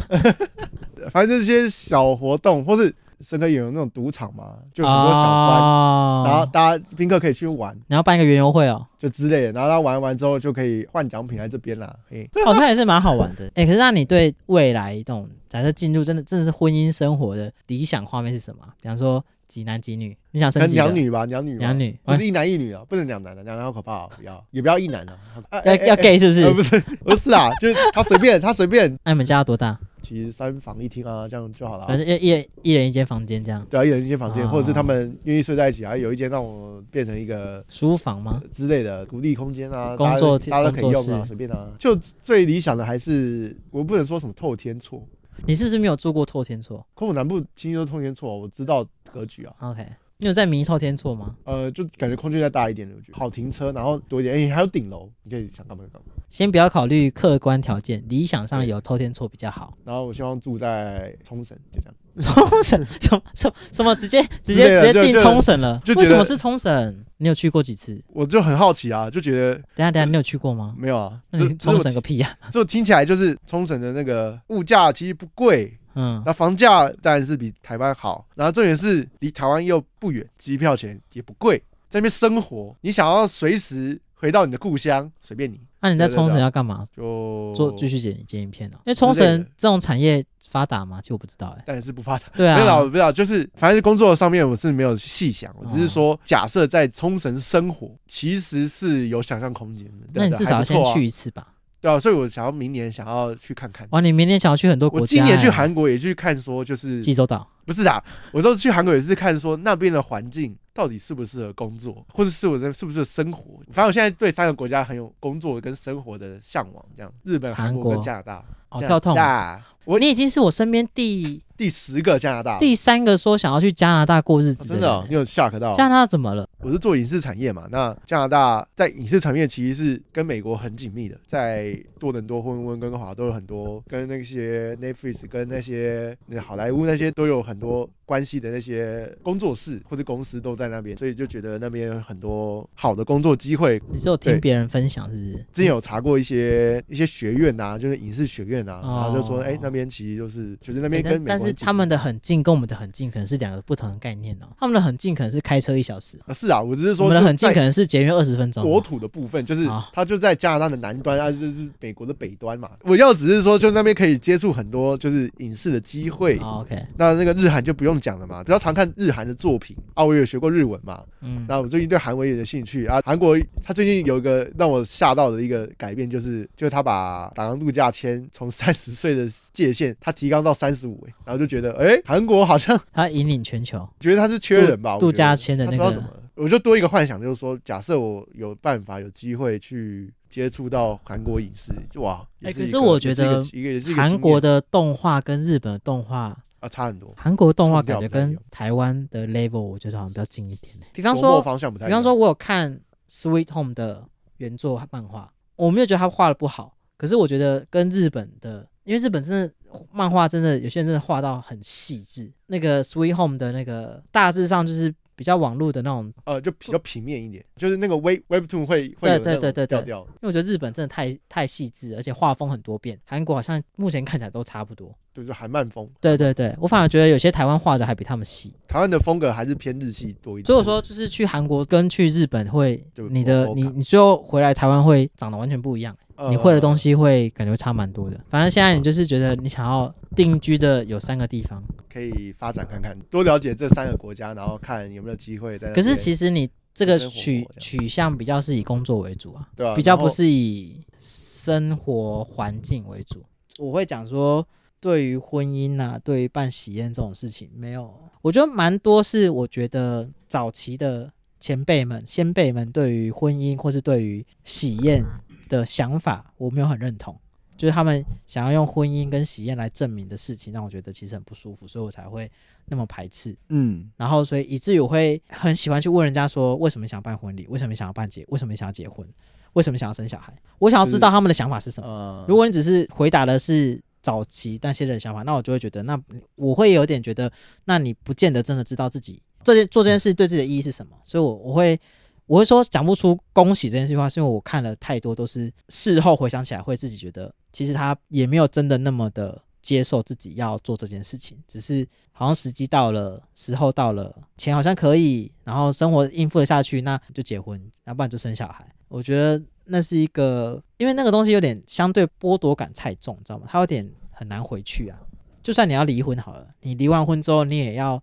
Speaker 1: 反正这些小活动，或是深刻有那种赌场嘛，就有很多小班，
Speaker 2: 哦
Speaker 1: 然后大家宾客可以去玩，
Speaker 2: 你要办一个圆游会哦，
Speaker 1: 就之类的。然后他玩完之后就可以换奖品来这边啦。嘿，
Speaker 2: 哦，那也是蛮好玩的。 哎，可是那你对未来这种假设进入真的真的是婚姻生活的理想画面是什么啊？比方说几男几女，你想生
Speaker 1: 跟
Speaker 2: 几个
Speaker 1: 娘？女吧，娘女吧，
Speaker 2: 两女，
Speaker 1: 不是一男一女啊，不能两男的，两男好可怕、
Speaker 2: 哦
Speaker 1: 啊，不要，也不要一男啊。
Speaker 2: 要
Speaker 1: 啊哎哎
Speaker 2: 要
Speaker 1: 哎
Speaker 2: gay 是不是
Speaker 1: 呃？不是不是啊，就是他随便他随便，
Speaker 2: 那你们家多大？
Speaker 1: 其实三房一厅啊，这样就好了啊
Speaker 2: 反。正一一人一人一间房间这样，
Speaker 1: 对啊，一人一间房间，
Speaker 2: 啊
Speaker 1: 或者是他们愿意睡在一起啊，有一间让我变成一个
Speaker 2: 书房吗？
Speaker 1: 之类的独立空间啊，
Speaker 2: 工作
Speaker 1: 大家大家都可以
Speaker 2: 工作
Speaker 1: 用啊，
Speaker 2: 室
Speaker 1: 随便啊。就最理想的还是我不能说什么透天厝，
Speaker 2: 你是不是没有住过透天厝
Speaker 1: 可我南部听说透天厝，我知道格局啊，
Speaker 2: ？OK，你有在迷透天厝吗？
Speaker 1: 呃，就感觉空间再大一点的，我觉得好停车，然后多一点，哎、还有顶楼，你可以想干嘛就干嘛。
Speaker 2: 先不要考虑客观条件，理想上有透天厝比较好。
Speaker 1: 然后我希望住在冲绳，就这样。
Speaker 2: 冲 绳什么什么什么直接直接
Speaker 1: 之
Speaker 2: 直接
Speaker 1: 类的啊就
Speaker 2: 定
Speaker 1: 就
Speaker 2: 冲绳了？
Speaker 1: 就觉
Speaker 2: 为
Speaker 1: 得
Speaker 2: 什么是冲绳？你有去过几次？
Speaker 1: 我就很好奇啊，就觉得
Speaker 2: 等一下等一下，你有去过吗？
Speaker 1: 没有啊，
Speaker 2: 那
Speaker 1: 就
Speaker 2: 你
Speaker 1: 就
Speaker 2: 冲绳
Speaker 1: 我
Speaker 2: 个屁啊呀、
Speaker 1: 就听起来就是冲绳的那个物价其实不贵，
Speaker 2: 嗯，
Speaker 1: 那房价当然是比台湾好，然后重点是离台湾又不远，机票钱也不贵，在那边生活，你想要随时回到你的故乡，随便你
Speaker 2: 那你在
Speaker 1: 对对
Speaker 2: 冲绳
Speaker 1: 对
Speaker 2: 要干嘛？
Speaker 1: 就
Speaker 2: 做继
Speaker 1: 续，
Speaker 2: 续剪剪影片哦？因为冲
Speaker 1: 之类
Speaker 2: 绳
Speaker 1: 的
Speaker 2: 这种产业发达吗？其实我不知道哎、
Speaker 1: 当然是不发达。
Speaker 2: 对
Speaker 1: 没有啦，我
Speaker 2: 啊，
Speaker 1: 不知道，就是反正工作上面我是没有细想，我只
Speaker 2: 哦
Speaker 1: 是说假设在冲绳生活其实是有想象空间的。对
Speaker 2: 那你
Speaker 1: 对
Speaker 2: 至少要
Speaker 1: 还不错
Speaker 2: 先
Speaker 1: 啊
Speaker 2: 去一次吧。
Speaker 1: 对啊，所以我想要明年想要去看看。
Speaker 2: 哇，你明年想要去很多国
Speaker 1: 我
Speaker 2: 家、
Speaker 1: 今年去
Speaker 2: 哎
Speaker 1: 韩国也去看，说就是
Speaker 2: 济州岛，
Speaker 1: 不是的，我说去韩国也是看说那边的环境到底适不适合工作，或者是我在是不是生活。反正我现在对三个国家很有工作跟生活的向往，这样日本、
Speaker 2: 韩
Speaker 1: 韩国跟
Speaker 2: 国
Speaker 1: 加拿大。
Speaker 2: 哦，
Speaker 1: 加
Speaker 2: 跳痛
Speaker 1: 拿。大，我
Speaker 2: 你已经是我身边第
Speaker 1: 第十个加拿大，
Speaker 2: 第三个说想要去加拿大过日
Speaker 1: 哦
Speaker 2: 子
Speaker 1: 真
Speaker 2: 人
Speaker 1: 的哦、你有 shock 到？
Speaker 2: 加拿大怎么了？
Speaker 1: 我是做影视产业嘛，那加拿大在影视产业其实是跟美国很紧密的，在多伦多、温温哥华都有很多跟那些 Netflix、跟那些那好莱坞那些都有很多关系的那些工作室或者公司都在那边，所以就觉得那边有很多好的工作机会。
Speaker 2: 你只有听
Speaker 1: 对
Speaker 2: 别人分享是不是？
Speaker 1: 之前有查过一些一些学院啊，就是影视学院啊，
Speaker 2: 哦
Speaker 1: 然后就说，哎、那边其实就是就是那边
Speaker 2: 欸
Speaker 1: 跟
Speaker 2: 但
Speaker 1: 美国
Speaker 2: 但
Speaker 1: 很
Speaker 2: 是
Speaker 1: 紧密
Speaker 2: 他们的很近跟我们的很近可能是两个不同的概念哦。他们的很近可能是开车一小时，
Speaker 1: 啊是啊，我只是
Speaker 2: 我
Speaker 1: 说
Speaker 2: 们的
Speaker 1: 就
Speaker 2: 很近
Speaker 1: 在
Speaker 2: 可能是节约二十分钟
Speaker 1: 国
Speaker 2: 啊。
Speaker 1: 土的部分，就是
Speaker 2: 好
Speaker 1: 它就在加拿大的南端，啊，就是美国的北端嘛。我要只是说，就那边可以接触很多就是影视的机会。
Speaker 2: 哦 OK，
Speaker 1: 那那个日韩就不用讲了嘛，比较常看日韩的作品啊。我有学过日文嘛，
Speaker 2: 嗯，
Speaker 1: 那我最近对韩文也有兴趣啊。韩国他最近有一个让我吓到的一个改变，就是就是他把打工度假签从三十岁的界限，他提高到三十五，然后就觉得哎，诶韩国好像
Speaker 2: 它引领全球。
Speaker 1: 觉得他是缺人吧？我觉得
Speaker 2: 度假签的那个
Speaker 1: 他不知道怎么了，我就多一个幻想，就是说，假设我有办法、有机会去接触到韩国影视，哇！
Speaker 2: 哎
Speaker 1: 也一个
Speaker 2: 可是我觉得
Speaker 1: 也是一个也是一个
Speaker 2: 韩国
Speaker 1: 的
Speaker 2: 的动画跟日本的动画，
Speaker 1: 啊差很多，
Speaker 2: 韩国动画
Speaker 1: 冲调
Speaker 2: 感觉
Speaker 1: 不太一
Speaker 2: 跟
Speaker 1: 样
Speaker 2: 台湾的 level 我觉得好像比较近一点欸。比
Speaker 1: 比
Speaker 2: 方说，
Speaker 1: 方向不太一
Speaker 2: 比
Speaker 1: 样，
Speaker 2: 方说，我有看《Sweet Home》的原作漫画，我没有觉得他画的不好，可是我觉得跟日本的，因为日本真的漫画真的有些人真的画到很细致。那个《Sweet Home》的那个大致上就是比较网络的那种，因
Speaker 1: 呃就比较平面一点，就是那个 Web Webtoon 会会
Speaker 2: 对
Speaker 1: 有
Speaker 2: 对对对对
Speaker 1: 调调，
Speaker 2: 为我觉得日本真的太太细致，而且画风很多变。韩国好像目前看起来都差不多。
Speaker 1: 就是韩漫风。
Speaker 2: 对对对，我反而觉得有些台湾画的还比他们细。
Speaker 1: 台湾的风格还是偏日系多一点，
Speaker 2: 所以我说，就是去韩国跟去日本会
Speaker 1: 就，
Speaker 2: 你的
Speaker 1: 口
Speaker 2: 你
Speaker 1: 感
Speaker 2: 你最后回来台湾会长得完全不一样，
Speaker 1: 呃
Speaker 2: 你会的东西会感觉会差蛮多的。反正现在你就是觉得你想要定居的有三个地方，
Speaker 1: 可以发展看看，多了解这三个国家，然后看有没有机会在那
Speaker 2: 可
Speaker 1: 边。
Speaker 2: 是其实你这个
Speaker 1: 呃生活
Speaker 2: 取
Speaker 1: 这样
Speaker 2: 取向比较是以工作为主啊，
Speaker 1: 对啊，
Speaker 2: 比较
Speaker 1: 然后
Speaker 2: 不是以生活环境为主。我会讲说，对于婚姻呐、对于办喜宴这种事情，没有，我觉得蛮多是我觉得早期的前辈们、先辈们对于婚姻或是对于喜宴的想法，我没有很认同。就是他们想要用婚姻跟喜宴来证明的事情，让我觉得其实很不舒服，所以我才会那么排斥。
Speaker 1: 嗯，
Speaker 2: 然后所以以至于我会很喜欢去问人家说，为什么想办婚礼，为什么想要办结，为什么想要结婚，为什么想要生小孩？我想要知道他们的想法是什么。
Speaker 1: 呃
Speaker 2: 如果你只是回答的是早期那些人的想法，那我就会觉得，那我会有点觉得，那你不见得真的知道自己这件做这件事对自己的意义是什么，所以我我会。我会说讲不出恭喜这件事情的话，是因为我看了太多都是事后回想起来会自己觉得，其实他也没有真的那么的接受自己要做这件事情，只是好像时机到了，时候到了，钱好像可以，然后生活应付得下去，那就结婚，要不然就生小孩。我觉得那是一个，因为那个东西有点相对剥夺感太重，你知道吗？它有点很难回去啊。就算你要离婚好了，你离完婚之后，你也要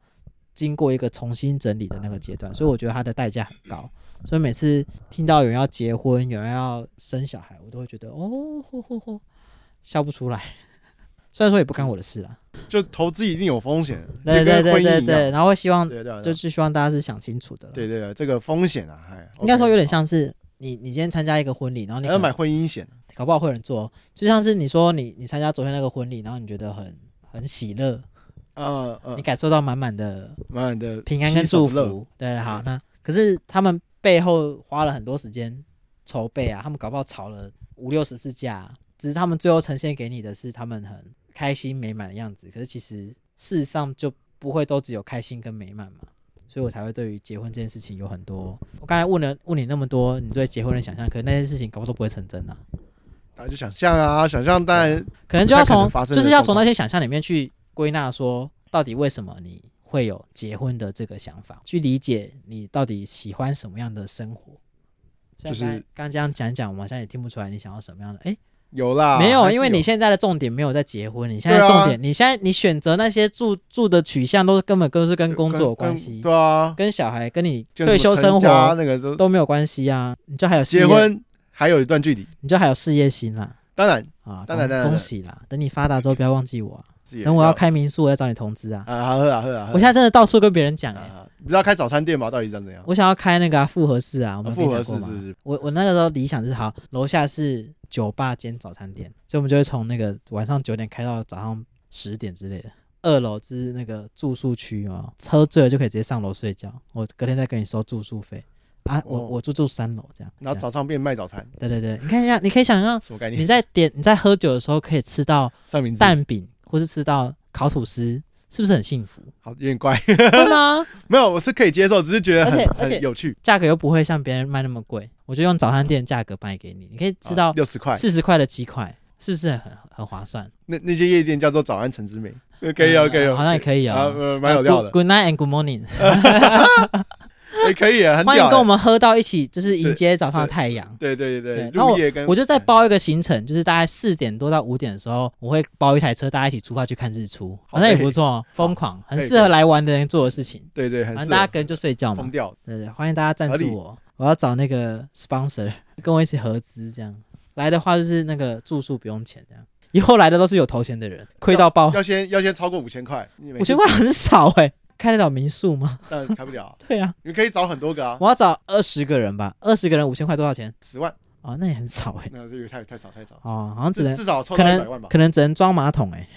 Speaker 2: 经过一个重新整理的那个阶段，所以我觉得它的代价很高。所以每次听到有人要结婚，有人要生小孩，我都会觉得哦，吼吼吼，笑不出来。虽然说也不干我的事啦，
Speaker 1: 就投资一定有风险，
Speaker 2: 对
Speaker 1: 就
Speaker 2: 对
Speaker 1: 跟
Speaker 2: 对
Speaker 1: 婚姻
Speaker 2: 对
Speaker 1: 一样
Speaker 2: 对，然后会希望
Speaker 1: 对对对，
Speaker 2: 就是希望大家是想清楚的啦。
Speaker 1: 对对对，这个风险啊，哎，
Speaker 2: 应该说有点
Speaker 1: OK，
Speaker 2: 像是你你今天参加一个婚礼，然后
Speaker 1: 好
Speaker 2: 你
Speaker 1: 还
Speaker 2: 可
Speaker 1: 要
Speaker 2: 能
Speaker 1: 买婚姻险，
Speaker 2: 搞不好会有人做哦，就像是你说你你参加昨天那个婚礼，然后你觉得很很喜乐，
Speaker 1: 呃呃
Speaker 2: 你，感受到满满的
Speaker 1: 满满的
Speaker 2: 平安跟祝
Speaker 1: peace of love，
Speaker 2: 福。对，好，那可是他们背后花了很多时间筹备啊，他们搞不好吵了五六十次架啊、只是他们最后呈现给你的是他们很开心美满的样子。可是其实事实上就不会都只有开心跟美满嘛，所以我才会对于结婚这件事情有很多。我刚才问了问你那么多，你对结婚的想象，可是那些事情搞不好都不会成真啊。
Speaker 1: 大家就想象啊，想象当然
Speaker 2: 可能就要
Speaker 1: 不太可
Speaker 2: 从
Speaker 1: 能发生的
Speaker 2: 就是要
Speaker 1: 状
Speaker 2: 从那
Speaker 1: 况
Speaker 2: 些想象里面去归纳，说到底为什么你会有结婚的这个想法，去理解你到底喜欢什么样的生活。虽然
Speaker 1: 就是
Speaker 2: 刚才刚刚这样讲一讲，我好像也听不出来你想要什么样的。哎、
Speaker 1: 有啦，
Speaker 2: 没
Speaker 1: 啊还
Speaker 2: 有，
Speaker 1: 是
Speaker 2: 因为你现在的重点没有在结婚，你现在
Speaker 1: 对啊
Speaker 2: 重点，你现在你选择那些住住的取向，都是根本都是跟
Speaker 1: 就
Speaker 2: 工作有关系，
Speaker 1: 对啊，
Speaker 2: 跟小孩、跟你
Speaker 1: 就
Speaker 2: 退
Speaker 1: 什么
Speaker 2: 休生
Speaker 1: 成家
Speaker 2: 活
Speaker 1: 那个都
Speaker 2: 都没有关系啊。你就还有事业
Speaker 1: 结，婚还有一段距离，
Speaker 2: 你就还有事业心啦
Speaker 1: 当然
Speaker 2: 啊！
Speaker 1: 当
Speaker 2: 恭
Speaker 1: 然当然
Speaker 2: 恭喜啦！等你发达之后，不要忘记我啊。
Speaker 1: 自己也
Speaker 2: 等我
Speaker 1: 要
Speaker 2: 要开民宿，我要找你投资啊！
Speaker 1: 啊，好喝啊喝啊，喝啊
Speaker 2: 我现在真的到处跟别人讲、欸，
Speaker 1: 啊，你知道开早餐店吗？到底长怎样？
Speaker 2: 我想要开那个啊复合式啊，我们
Speaker 1: 啊
Speaker 2: 有跟
Speaker 1: 复
Speaker 2: 你讲过
Speaker 1: 合式
Speaker 2: 嘛
Speaker 1: 是是
Speaker 2: 我我那个时候理想是好，楼下是酒吧兼早餐店，
Speaker 1: 嗯
Speaker 2: 所以我们就会从那个晚上九点开到早上十点之类的。二楼就是那个住宿区哦，车醉了就可以直接上楼睡觉，我隔天再跟你收住宿费啊。我
Speaker 1: 哦
Speaker 2: 我住住三楼这样，
Speaker 1: 然
Speaker 2: 这样
Speaker 1: 后早上变卖早餐，
Speaker 2: 对对对，你看一下，你可以想象
Speaker 1: 什么概
Speaker 2: 你
Speaker 1: 念？
Speaker 2: 在点你在喝酒的时候可以吃到
Speaker 1: 上名字
Speaker 2: 蛋饼，或是吃到烤吐司，是不是很幸 福？
Speaker 1: 好有点怪，
Speaker 2: 会吗？
Speaker 1: 没有，我是可以接受，只是觉得
Speaker 2: 而
Speaker 1: 很
Speaker 2: 且而且
Speaker 1: 很有趣，
Speaker 2: 价格又不会像别人卖那么贵，我就用早餐店价格卖给你，你可以吃到
Speaker 1: 啊六十块，
Speaker 2: 四十块的鸡块，是不是很很划算？
Speaker 1: 那那间夜店叫做早安橙之美，可以哦可以
Speaker 2: 嗯好
Speaker 1: 哦，
Speaker 2: 像也可以
Speaker 1: 啊
Speaker 2: 哦。
Speaker 1: 呃蛮有料的。
Speaker 2: Good good night and good morning。
Speaker 1: 也可以啊，很屌
Speaker 2: 欢
Speaker 1: 欸
Speaker 2: 迎跟我们喝到一起，就是迎接早上的太阳。
Speaker 1: 对对
Speaker 2: 对
Speaker 1: 对，
Speaker 2: 然后
Speaker 1: 入夜跟哎
Speaker 2: 我就再包一个行程，就是大概四点多到五点的时候，我会包一台车，大家一起出发去看日出，好
Speaker 1: 好
Speaker 2: 像也
Speaker 1: 累
Speaker 2: 不错哦，疯狂，很
Speaker 1: 可以
Speaker 2: 适合来玩的人做的事情。
Speaker 1: 对对，很
Speaker 2: 反正
Speaker 1: 适
Speaker 2: 大家
Speaker 1: 合
Speaker 2: 跟就睡觉嘛
Speaker 1: 疯，掉。
Speaker 2: 对对，欢迎大家赞
Speaker 1: 合理
Speaker 2: 助我，我要找那个 sponsor 跟我一起合资，这样来的话就是那个住宿不用钱，这样以后来的都是有头衔的人，亏到爆，
Speaker 1: 要先要先超过五千块，你每
Speaker 2: 哦五
Speaker 1: 次
Speaker 2: 千块很少哎、开得了民宿吗？
Speaker 1: 当然开不了啊，
Speaker 2: 对啊，
Speaker 1: 你可以找很多个啊，
Speaker 2: 我要找二十个人吧，二十个人五千块多少钱？
Speaker 1: 十万，
Speaker 2: 哦，那也很少哎、
Speaker 1: 那这个太太少太少，
Speaker 2: 哦，好像只
Speaker 1: 至
Speaker 2: 能
Speaker 1: 至少凑
Speaker 2: 可
Speaker 1: 到一百万
Speaker 2: 能
Speaker 1: 吧，
Speaker 2: 可能只能装马桶哎、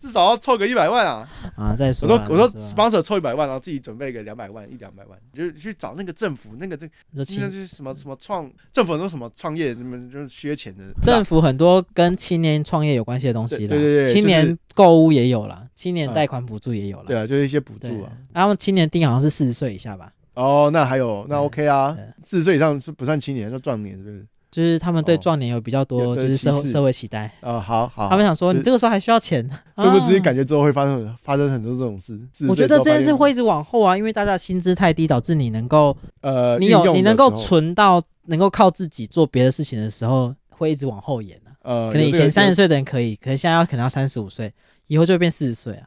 Speaker 1: 至少要凑个一百万啊！
Speaker 2: 啊，再
Speaker 1: 我
Speaker 2: 说啊
Speaker 1: 说
Speaker 2: 啦
Speaker 1: 我说
Speaker 2: 再啦
Speaker 1: sponsor 凑一百万，然后自己准备个两百万一两百万，你就去找那个政府那个这
Speaker 2: 你说
Speaker 1: 那
Speaker 2: 青
Speaker 1: 就是什么什么创政府很多什么创业什么就是削钱的，
Speaker 2: 政府很多跟青年创业有关系的东西啦，
Speaker 1: 对对对对
Speaker 2: 青
Speaker 1: 就
Speaker 2: 年
Speaker 1: 是
Speaker 2: 购物也有啦，青年
Speaker 1: 嗯
Speaker 2: 贷款补助也有啦，
Speaker 1: 对啊，就是一些补
Speaker 2: 对
Speaker 1: 助啊。，
Speaker 2: 他们青年定好像是四十岁以下吧，
Speaker 1: 哦，那还有那 OK 啊
Speaker 2: 对，
Speaker 1: 四十岁以上是不算青年，算壮年是不是？
Speaker 2: 就是他们对
Speaker 1: 哦
Speaker 2: 壮年有比较多
Speaker 1: 有
Speaker 2: 就是社
Speaker 1: 有
Speaker 2: 会
Speaker 1: 歧视
Speaker 2: 社会期待，
Speaker 1: 啊，好好
Speaker 2: 他，们想说
Speaker 1: 是
Speaker 2: 你这个时候还需要钱，
Speaker 1: 殊不知
Speaker 2: 啊
Speaker 1: 感觉之后会发生发生很多这种事。40岁
Speaker 2: 我觉得
Speaker 1: 之后
Speaker 2: 这件事
Speaker 1: 发现
Speaker 2: 会一直往后啊，因为大家的薪资太低，导致你能够
Speaker 1: 呃，
Speaker 2: 你
Speaker 1: 运
Speaker 2: 有
Speaker 1: 用
Speaker 2: 你
Speaker 1: 的
Speaker 2: 能够
Speaker 1: 时候
Speaker 2: 存到能够靠自己做别的事情的时候，会一直往后延啊。
Speaker 1: 呃，
Speaker 2: 可能以
Speaker 1: 有这个
Speaker 2: 前三十岁的人可以，可是现在要可能要三十五岁，以后就会变四十岁啊。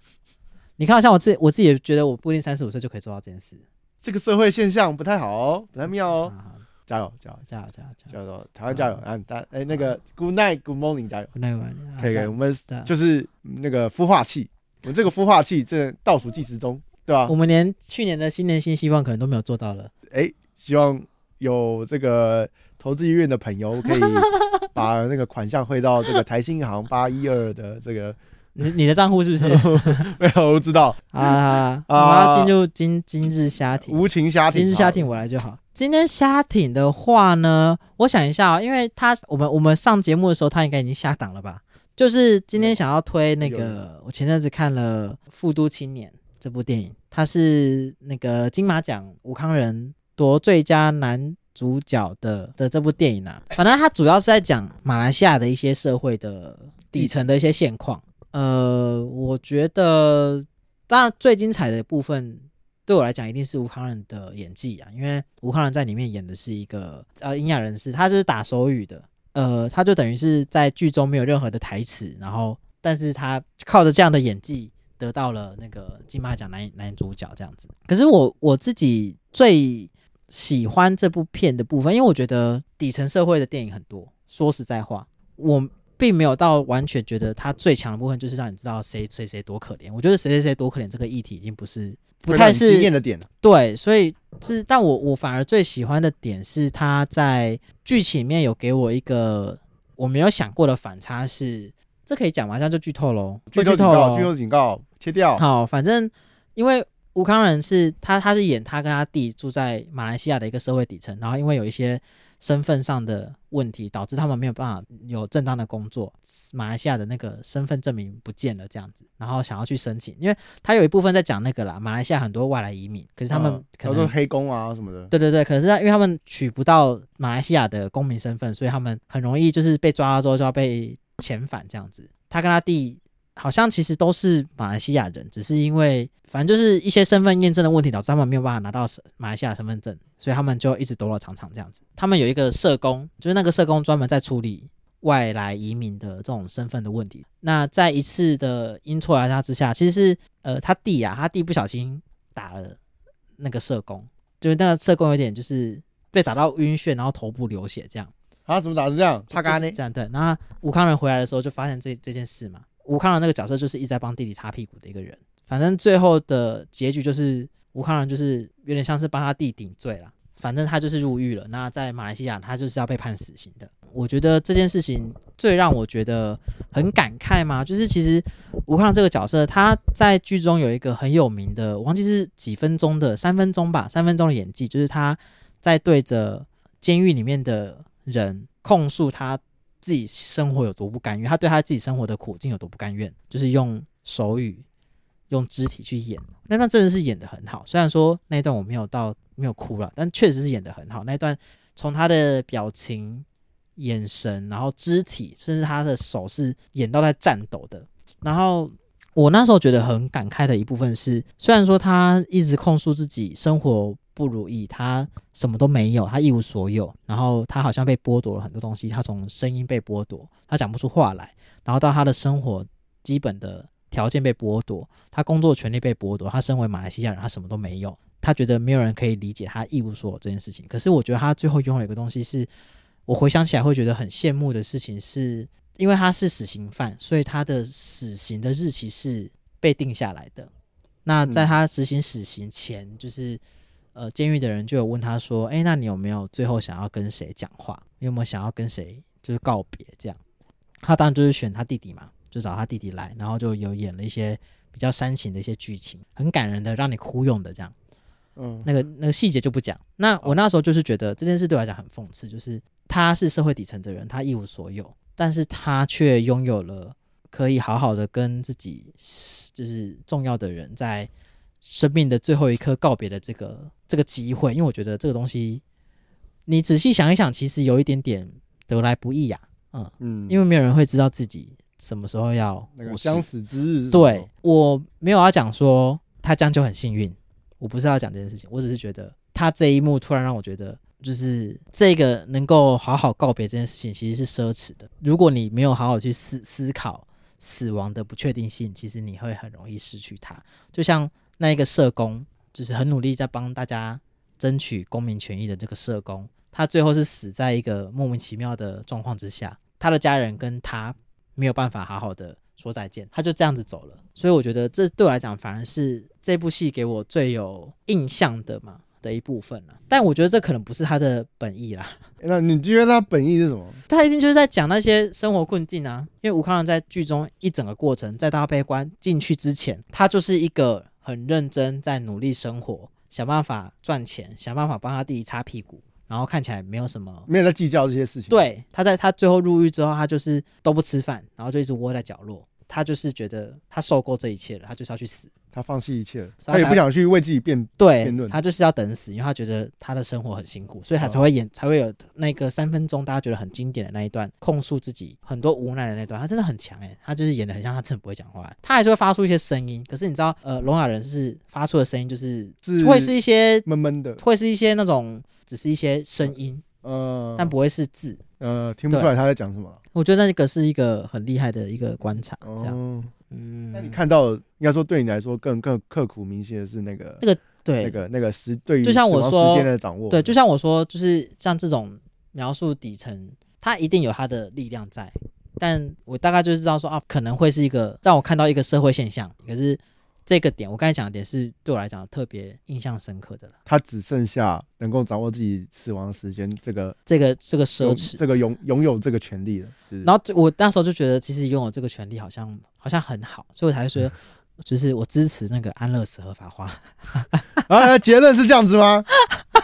Speaker 2: 你看，像我自己，我自己也觉得我不一定三十五岁就可以做到这件事。
Speaker 1: 这个社会现象不太好哦，不太妙哦，
Speaker 2: 啊，
Speaker 1: 加油加油
Speaker 2: 加油加油加油！
Speaker 1: 加油加油，台湾加油啊！
Speaker 2: 嗯
Speaker 1: 大哎那个 Good night Good morning 加油，
Speaker 2: 那个玩意啊
Speaker 1: 可以可以，我们
Speaker 2: 对啊
Speaker 1: 就是嗯那个孵化器，我们这个孵化器正倒数计时中，对吧
Speaker 2: 我？们连去年的新年新希望可能都没有做到了。
Speaker 1: 哎，希望有这个投资意愿的朋友可以把那个款项汇到这个台新银行八一二的这个，
Speaker 2: 你你的账户是不是？
Speaker 1: 没有我不知道
Speaker 2: 好啦好啦，我们
Speaker 1: 啊
Speaker 2: 要进入今今日虾艇。
Speaker 1: 无情虾啊艇，
Speaker 2: 今日虾艇我来就好。今天虾艇的话呢，我想一下、哦，因为他我们我们上节目的时候，他应该已经下档了吧？就是今天想要推那
Speaker 1: 有
Speaker 2: 个，我前阵子看了《复都青年》这部电影，它是那个金马奖吴康仁夺最佳男主角的的这部电影啊。反正它主要是在讲马来西亚的一些社会的底层的一些现况。呃，我觉得当然最精彩的部分对我来讲一定是吴康仁的演技啊，因为吴康仁在里面演的是一个呃聋哑人士，他就是打手语的，呃，他就等于是在剧中没有任何的台词，然后但是他靠着这样的演技得到了那个金马奖男男主角这样子。可是我我自己最喜欢这部片的部分，因为我觉得底层社会的电影很多，说实在话，我。并没有到完全觉得它最强的部分就是让你知道谁谁谁多可怜。我觉得谁谁谁多可怜这个议题已经不是不
Speaker 1: 会让
Speaker 2: 太
Speaker 1: 你
Speaker 2: 是
Speaker 1: 惊艳的点啊
Speaker 2: 对，所以这但我我反而最喜欢的点是他在剧情里面有给我一个我没有想过的反差是，这可以讲吗？这样就剧透喽，
Speaker 1: 剧
Speaker 2: 会
Speaker 1: 透
Speaker 2: 剧
Speaker 1: 警
Speaker 2: 透
Speaker 1: 告，
Speaker 2: 喽
Speaker 1: 剧。透警告，切掉。
Speaker 2: 好，反正因为吴康仁是他，他是演他跟他弟住在马来西亚的一个社会底层，然后因为有一些身份上的问题，导致他们没有办法有正当的工作，马来西亚的那个身份证明不见了这样子，然后想要去申请，因为他有一部分在讲那个啦，马来西亚很多外来移民，可是他们
Speaker 1: 嗯
Speaker 2: 可
Speaker 1: 然后
Speaker 2: 能
Speaker 1: 说黑工啊什么的，
Speaker 2: 对对对，可是他因为他们取不到马来西亚的公民身份，所以他们很容易就是被抓到之后就要被遣返这样子。他跟他弟好像其实都是马来西亚人，只是因为反正就是一些身份验证的问题，导致他们没有办法拿到马来西亚身份证，所以他们就一直躲躲藏藏这样子。他们有一个社工，就是那个社工专门在处理外来移民的这种身份的问题。那在一次的阴错阳差之下，其实是呃他弟啊，他弟不小心打了那个社工，就是那个社工有点就是被打到晕眩，然后头部流血这样。
Speaker 1: 啊怎么打成这样？擦
Speaker 2: 就
Speaker 1: 干
Speaker 2: 是
Speaker 1: 呢？
Speaker 2: 这样对。那吴康仁回来的时候就发现这这件事嘛，吴康仁那个角色就是一直在帮弟弟擦屁股的一个人。反正最后的结局就是吴康仁就是有点像是帮他弟顶罪啦。反正他就是入狱了。那在马来西亚，他就是要被判死刑的。我觉得这件事情最让我觉得很感慨嘛，就是其实吴康仁这个角色，他在剧中有一个很有名的，我忘记是几分钟的，三分钟吧，三分钟的演技，就是他在对着监狱里面的人控诉他自己生活有多不甘愿，他对他自己生活的苦境有多不甘愿，就是用手语、用肢体去演。那段真的是演的很好，虽然说那一段我没有到没有哭了，但确实是演的很好。那一段从他的表情、眼神，然后肢体，甚至他的手是演到在颤抖的。然后我那时候觉得很感慨的一部分是，虽然说他一直控诉自己生活不如意，他什么都没有，他一无所有，然后他好像被剥夺了很多东西，他从声音被剥夺，他讲不出话来，然后到他的生活基本的条件被剥夺，他工作权利被剥夺，他身为马来西亚人，他什么都没有，他觉得没有人可以理解他一无所有这件事情。可是我觉得他最后拥有一个东西是，我回想起来会觉得很羡慕的事情是，因为他是死刑犯，所以他的死刑的日期是被定下来的。那在他执行死刑前，就是呃，监狱的人就有问他说：“哎、那你有没有最后想要跟谁讲话？你有没有想要跟谁就是告别？”这样，他当然就是选他弟弟嘛，就找他弟弟来，然后就有演了一些比较煽情的一些剧情，很感人的，让你哭用的这样。
Speaker 1: 嗯，
Speaker 2: 那个那个细节就不讲。那
Speaker 1: 哦
Speaker 2: 我那时候就是觉得这件事对我来讲很讽刺，就是他是社会底层的人，他一无所有，但是他却拥有了可以好好的跟自己就是重要的人在生命的最后一刻告别的这个这个机会。因为我觉得这个东西，你仔细想一想，其实有一点点得来不易呀、嗯，
Speaker 1: 嗯，
Speaker 2: 因为没有人会知道自己什么时候要
Speaker 1: 那个
Speaker 2: 过世
Speaker 1: 将死之日是什么，哎
Speaker 2: 对我没有要讲说他这样就很幸运，我不是要讲这件事情，我只是觉得他这一幕突然让我觉得，就是这个能够好好告别这件事情其实是奢侈的。如果你没有好好去思思考死亡的不确定性，其实你会很容易失去它。就像那一个社工，就是很努力在帮大家争取公民权益的这个社工，他最后是死在一个莫名其妙的状况之下，他的家人跟他没有办法好好的说再见，他就这样子走了。所以我觉得这对我来讲，反而是这部戏给我最有印象的嘛的一部分了。但我觉得这可能不是他的本意啦，
Speaker 1: 诶那你觉得他本意是什么？
Speaker 2: 他一定就是在讲那些生活困境啊。因为吴康仁在剧中一整个过程，在他被关进去之前，他就是一个很认真在努力生活，想办法赚钱，想办法帮他弟弟擦屁股，然后看起来没有什么
Speaker 1: 没有在计较这些事情。，
Speaker 2: 对，他在他最后入狱之后，他就是都不吃饭，然后就一直窝在角落。他就是觉得他受够这一切了，他就是要去死。
Speaker 1: 他放弃一切了，
Speaker 2: 所以他
Speaker 1: 他也
Speaker 2: 才
Speaker 1: 不想去为自己辩。
Speaker 2: 对
Speaker 1: 辩论哦
Speaker 2: 他就是要等死，因为他觉得他的生活很辛苦，所以他才会演，才会有那个三分钟大家觉得很经典的那一段，控诉自己很多无奈的那段，他真的很强哎、他就是演的很像他真的不会讲话欸，他还是会发出一些声音，可是你知道，呃，聋哑人是发出的声音就是
Speaker 1: 是
Speaker 2: 会是一些
Speaker 1: 闷闷的，
Speaker 2: 会是一些那种只是一些声音，
Speaker 1: 呃，
Speaker 2: 但不会是字。
Speaker 1: 呃听不出来他在讲什么了。
Speaker 2: 我觉得那个是一个很厉害的一个观察，这样，
Speaker 1: 哦，
Speaker 2: 嗯，
Speaker 1: 那你看到的，应该说对你来说更更刻苦铭心的是那个
Speaker 2: 这个嗯对
Speaker 1: 那个那个时对于
Speaker 2: 就像我
Speaker 1: 死亡
Speaker 2: 说
Speaker 1: 时间的掌握，
Speaker 2: 对，就像我说，就是像这种描述底层，它一定有它的力量在，但我大概就是知道说啊，可能会是一个让我看到一个社会现象，可是这个点，我刚才讲的点是对我来讲特别印象深刻的了。
Speaker 1: 他只剩下能够掌握自己死亡的时间这个
Speaker 2: 这个这个奢
Speaker 1: 拥
Speaker 2: 侈，
Speaker 1: 这个拥拥有这个权利了。然
Speaker 2: 然后这我那时候就觉得，其实拥有这个权利好像好像很好，所以我才会说，就是我支持那个安乐死合法化。
Speaker 1: 啊，结论是这样子吗？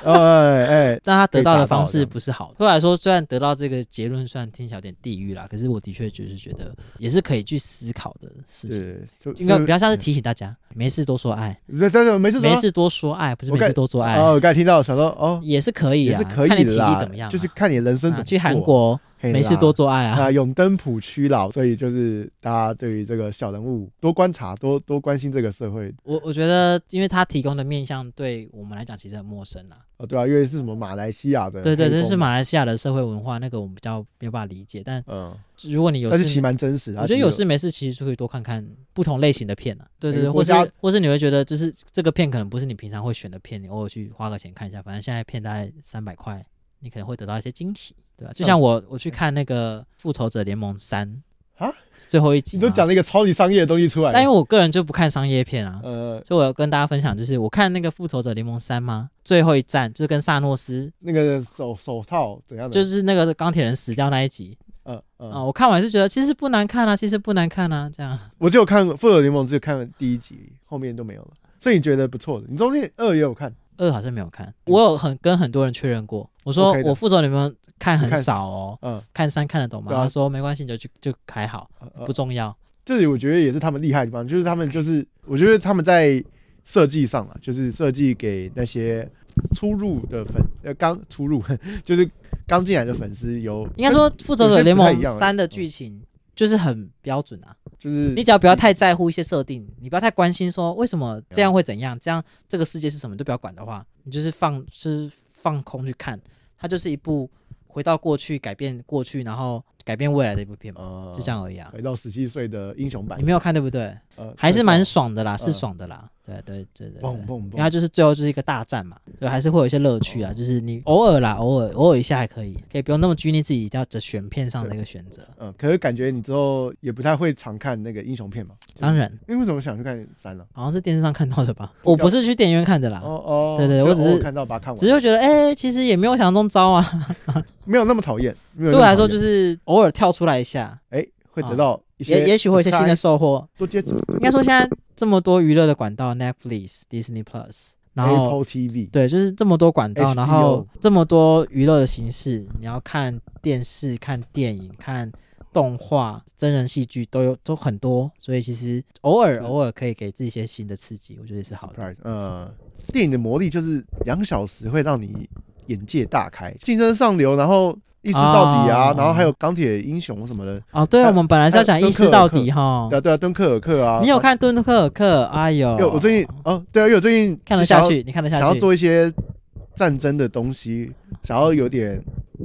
Speaker 1: 哎哎，
Speaker 2: 但他得到
Speaker 1: 被
Speaker 2: 的
Speaker 1: 打到
Speaker 2: 方
Speaker 1: 这
Speaker 2: 式
Speaker 1: 样
Speaker 2: 不是好的。后来说，虽然得到这个结论，虽然听起来有点地狱啦，可是我的确就是觉得也是可以去思考的事情。
Speaker 1: 对，就嗯
Speaker 2: 应该比较像是提醒大家，没事多说爱，
Speaker 1: 对对对，没事
Speaker 2: 没事多说爱，不是
Speaker 1: 我
Speaker 2: 没事
Speaker 1: 看
Speaker 2: 多做爱，
Speaker 1: 哦，我刚才听到想说哦，
Speaker 2: 也是可以
Speaker 1: 也
Speaker 2: 啊，
Speaker 1: 是可以
Speaker 2: 看你
Speaker 1: 的
Speaker 2: 体
Speaker 1: 啦，
Speaker 2: 力怎么样啊、
Speaker 1: 就是看你人生怎
Speaker 2: 啊
Speaker 1: 么
Speaker 2: 去韩
Speaker 1: 过
Speaker 2: 国
Speaker 1: 嘿
Speaker 2: 没事
Speaker 1: 啦
Speaker 2: 多做爱啊，
Speaker 1: 哎 那永登浦区老，所以就是大家对于这个小人物多观察，多多关心这个社会。
Speaker 2: 我我觉得，因为他提供的面向对我们来讲其实很陌生啦。
Speaker 1: 哦，对啊，因为是什么马来西亚的，
Speaker 2: 对对，这是，马来西亚的社会文化，那个我们比较没有办法理解。但
Speaker 1: 嗯，
Speaker 2: 如果你有
Speaker 1: 但是其实
Speaker 2: 事，
Speaker 1: 蛮真实的。啊
Speaker 2: 我觉得有
Speaker 1: 它其实
Speaker 2: 事没事其实就可以多看看不同类型的片啊。对对
Speaker 1: 每
Speaker 2: 对，
Speaker 1: 个
Speaker 2: 或
Speaker 1: 国
Speaker 2: 是
Speaker 1: 家
Speaker 2: 或是你会觉得就是这个片可能不是你平常会选的片，你偶尔去花个钱看一下，反正现在片大概三百块，你可能会得到一些惊喜，对吧、就
Speaker 1: 嗯
Speaker 2: 像我我去看那个《复仇者联盟三》
Speaker 1: 啊，
Speaker 2: 最后一集
Speaker 1: 你都
Speaker 2: 嘛
Speaker 1: 讲，了一个超级商业的东西出来，
Speaker 2: 但因为我个人就不看商业片啊，
Speaker 1: 呃，
Speaker 2: 所以我要跟大家分享，就是我看那个《复仇者联盟三》嘛，最后一战就是跟萨诺斯，
Speaker 1: 那个手手套怎样的，
Speaker 2: 就是是那个钢铁人死掉那一集
Speaker 1: 嗯
Speaker 2: 啊、
Speaker 1: 嗯，
Speaker 2: 我看完是觉得其实不难看啊，其实不难看啊，这样。
Speaker 1: 我就有看《复仇者联盟》，只有看了第一集，后面都没有了。所以你觉得不错的，你中间二也有看，
Speaker 2: 二好像没有看，我有很跟很多人确认过，我说
Speaker 1: 嗯 OK 的
Speaker 2: 我复仇联盟看很
Speaker 1: 看
Speaker 2: 少哦，
Speaker 1: 嗯，
Speaker 2: 看三看得懂吗？
Speaker 1: 对啊
Speaker 2: 他说没关系，你就去就还好，
Speaker 1: 呃
Speaker 2: 不重要。
Speaker 1: 这里我觉得也是他们厉害的地方，就是他们就是我觉得他们在设计上啊，就是设计给那些初入的粉呃刚出入 就是刚进来的粉丝有
Speaker 2: 应该说复仇者联
Speaker 1: 有些
Speaker 2: 盟
Speaker 1: 不太一样啊嗯
Speaker 2: 三的剧情就是很标准啊，
Speaker 1: 就是嗯
Speaker 2: 你只要不要太在乎一些设定，你不要太关心说为什么这样会怎样，这样这个世界是什么你都不要管的话，你就是放就是放空去看，它就是一部回到过去、改变过去，然后改变未来的一部片嘛，
Speaker 1: 呃，
Speaker 2: 就这样而已啊。
Speaker 1: 回到十七岁的英雄版
Speaker 2: 你，没有看对不对？
Speaker 1: 呃，
Speaker 2: 还是蛮
Speaker 1: 很
Speaker 2: 爽的啦，
Speaker 1: 嗯
Speaker 2: 是爽的啦。对对对对
Speaker 1: 爽
Speaker 2: 对
Speaker 1: 蹦。蹦
Speaker 2: 因为它
Speaker 1: 蹦，
Speaker 2: 就是最后就是一个大战嘛，对，还是会有一些乐
Speaker 1: 嗯
Speaker 2: 趣啊，就是你偶尔啦，偶尔偶尔一下还可以，可以不用那么拘泥自己一定要只选片上的一个选择。
Speaker 1: 嗯，可是感觉你之后也不太会常看那个英雄片嘛？
Speaker 2: 当然，
Speaker 1: 因为为什么想去看三呢？
Speaker 2: 好像是电视上看到的 吧，我不是去电影院看的啦，
Speaker 1: 哦哦，
Speaker 2: 啊对对
Speaker 1: 就
Speaker 2: 我只
Speaker 1: 偶尔
Speaker 2: 是
Speaker 1: 看到把它看完，
Speaker 2: 只是会觉得哎、其实也没有想象中糟啊，
Speaker 1: 没有那么讨厌，对
Speaker 2: 对我来说就是偶尔跳出来一下，
Speaker 1: 哎，会得到一些，
Speaker 2: 也也许会有一些新的收获。
Speaker 1: 多接触
Speaker 2: 应该说现在这么多娱乐的管道，Netflix、Disney Plus，然后
Speaker 1: Apple TV，
Speaker 2: 对，就是这么多管道
Speaker 1: HBO
Speaker 2: 然后这么多娱乐的形式，你要看电视、看电影、看动画、真人戏剧都有都很多，所以其实偶尔
Speaker 1: 对
Speaker 2: 偶尔可以给自己一些新的刺激，我觉得是好的。
Speaker 1: Surprise，呃，电影的魔力就是两小时会让你眼界大开，《竞争上流》，然后一直到底啊，
Speaker 2: 啊
Speaker 1: 然后还有《钢铁英雄》什么的，
Speaker 2: 哦，对，
Speaker 1: 还有
Speaker 2: 我们本来是要讲
Speaker 1: 还有
Speaker 2: 一视
Speaker 1: 敦刻
Speaker 2: 到
Speaker 1: 尔克
Speaker 2: 底哈
Speaker 1: 对，啊对啊，敦刻尔克啊，
Speaker 2: 哦你有看《敦刻尔克》？哎呦，
Speaker 1: 因为我最近哦，对啊，因为我最近
Speaker 2: 看得
Speaker 1: 想
Speaker 2: 下
Speaker 1: 要，
Speaker 2: 去，你看得
Speaker 1: 想
Speaker 2: 下
Speaker 1: 要
Speaker 2: 去。
Speaker 1: 做一些战争的东西，想要有点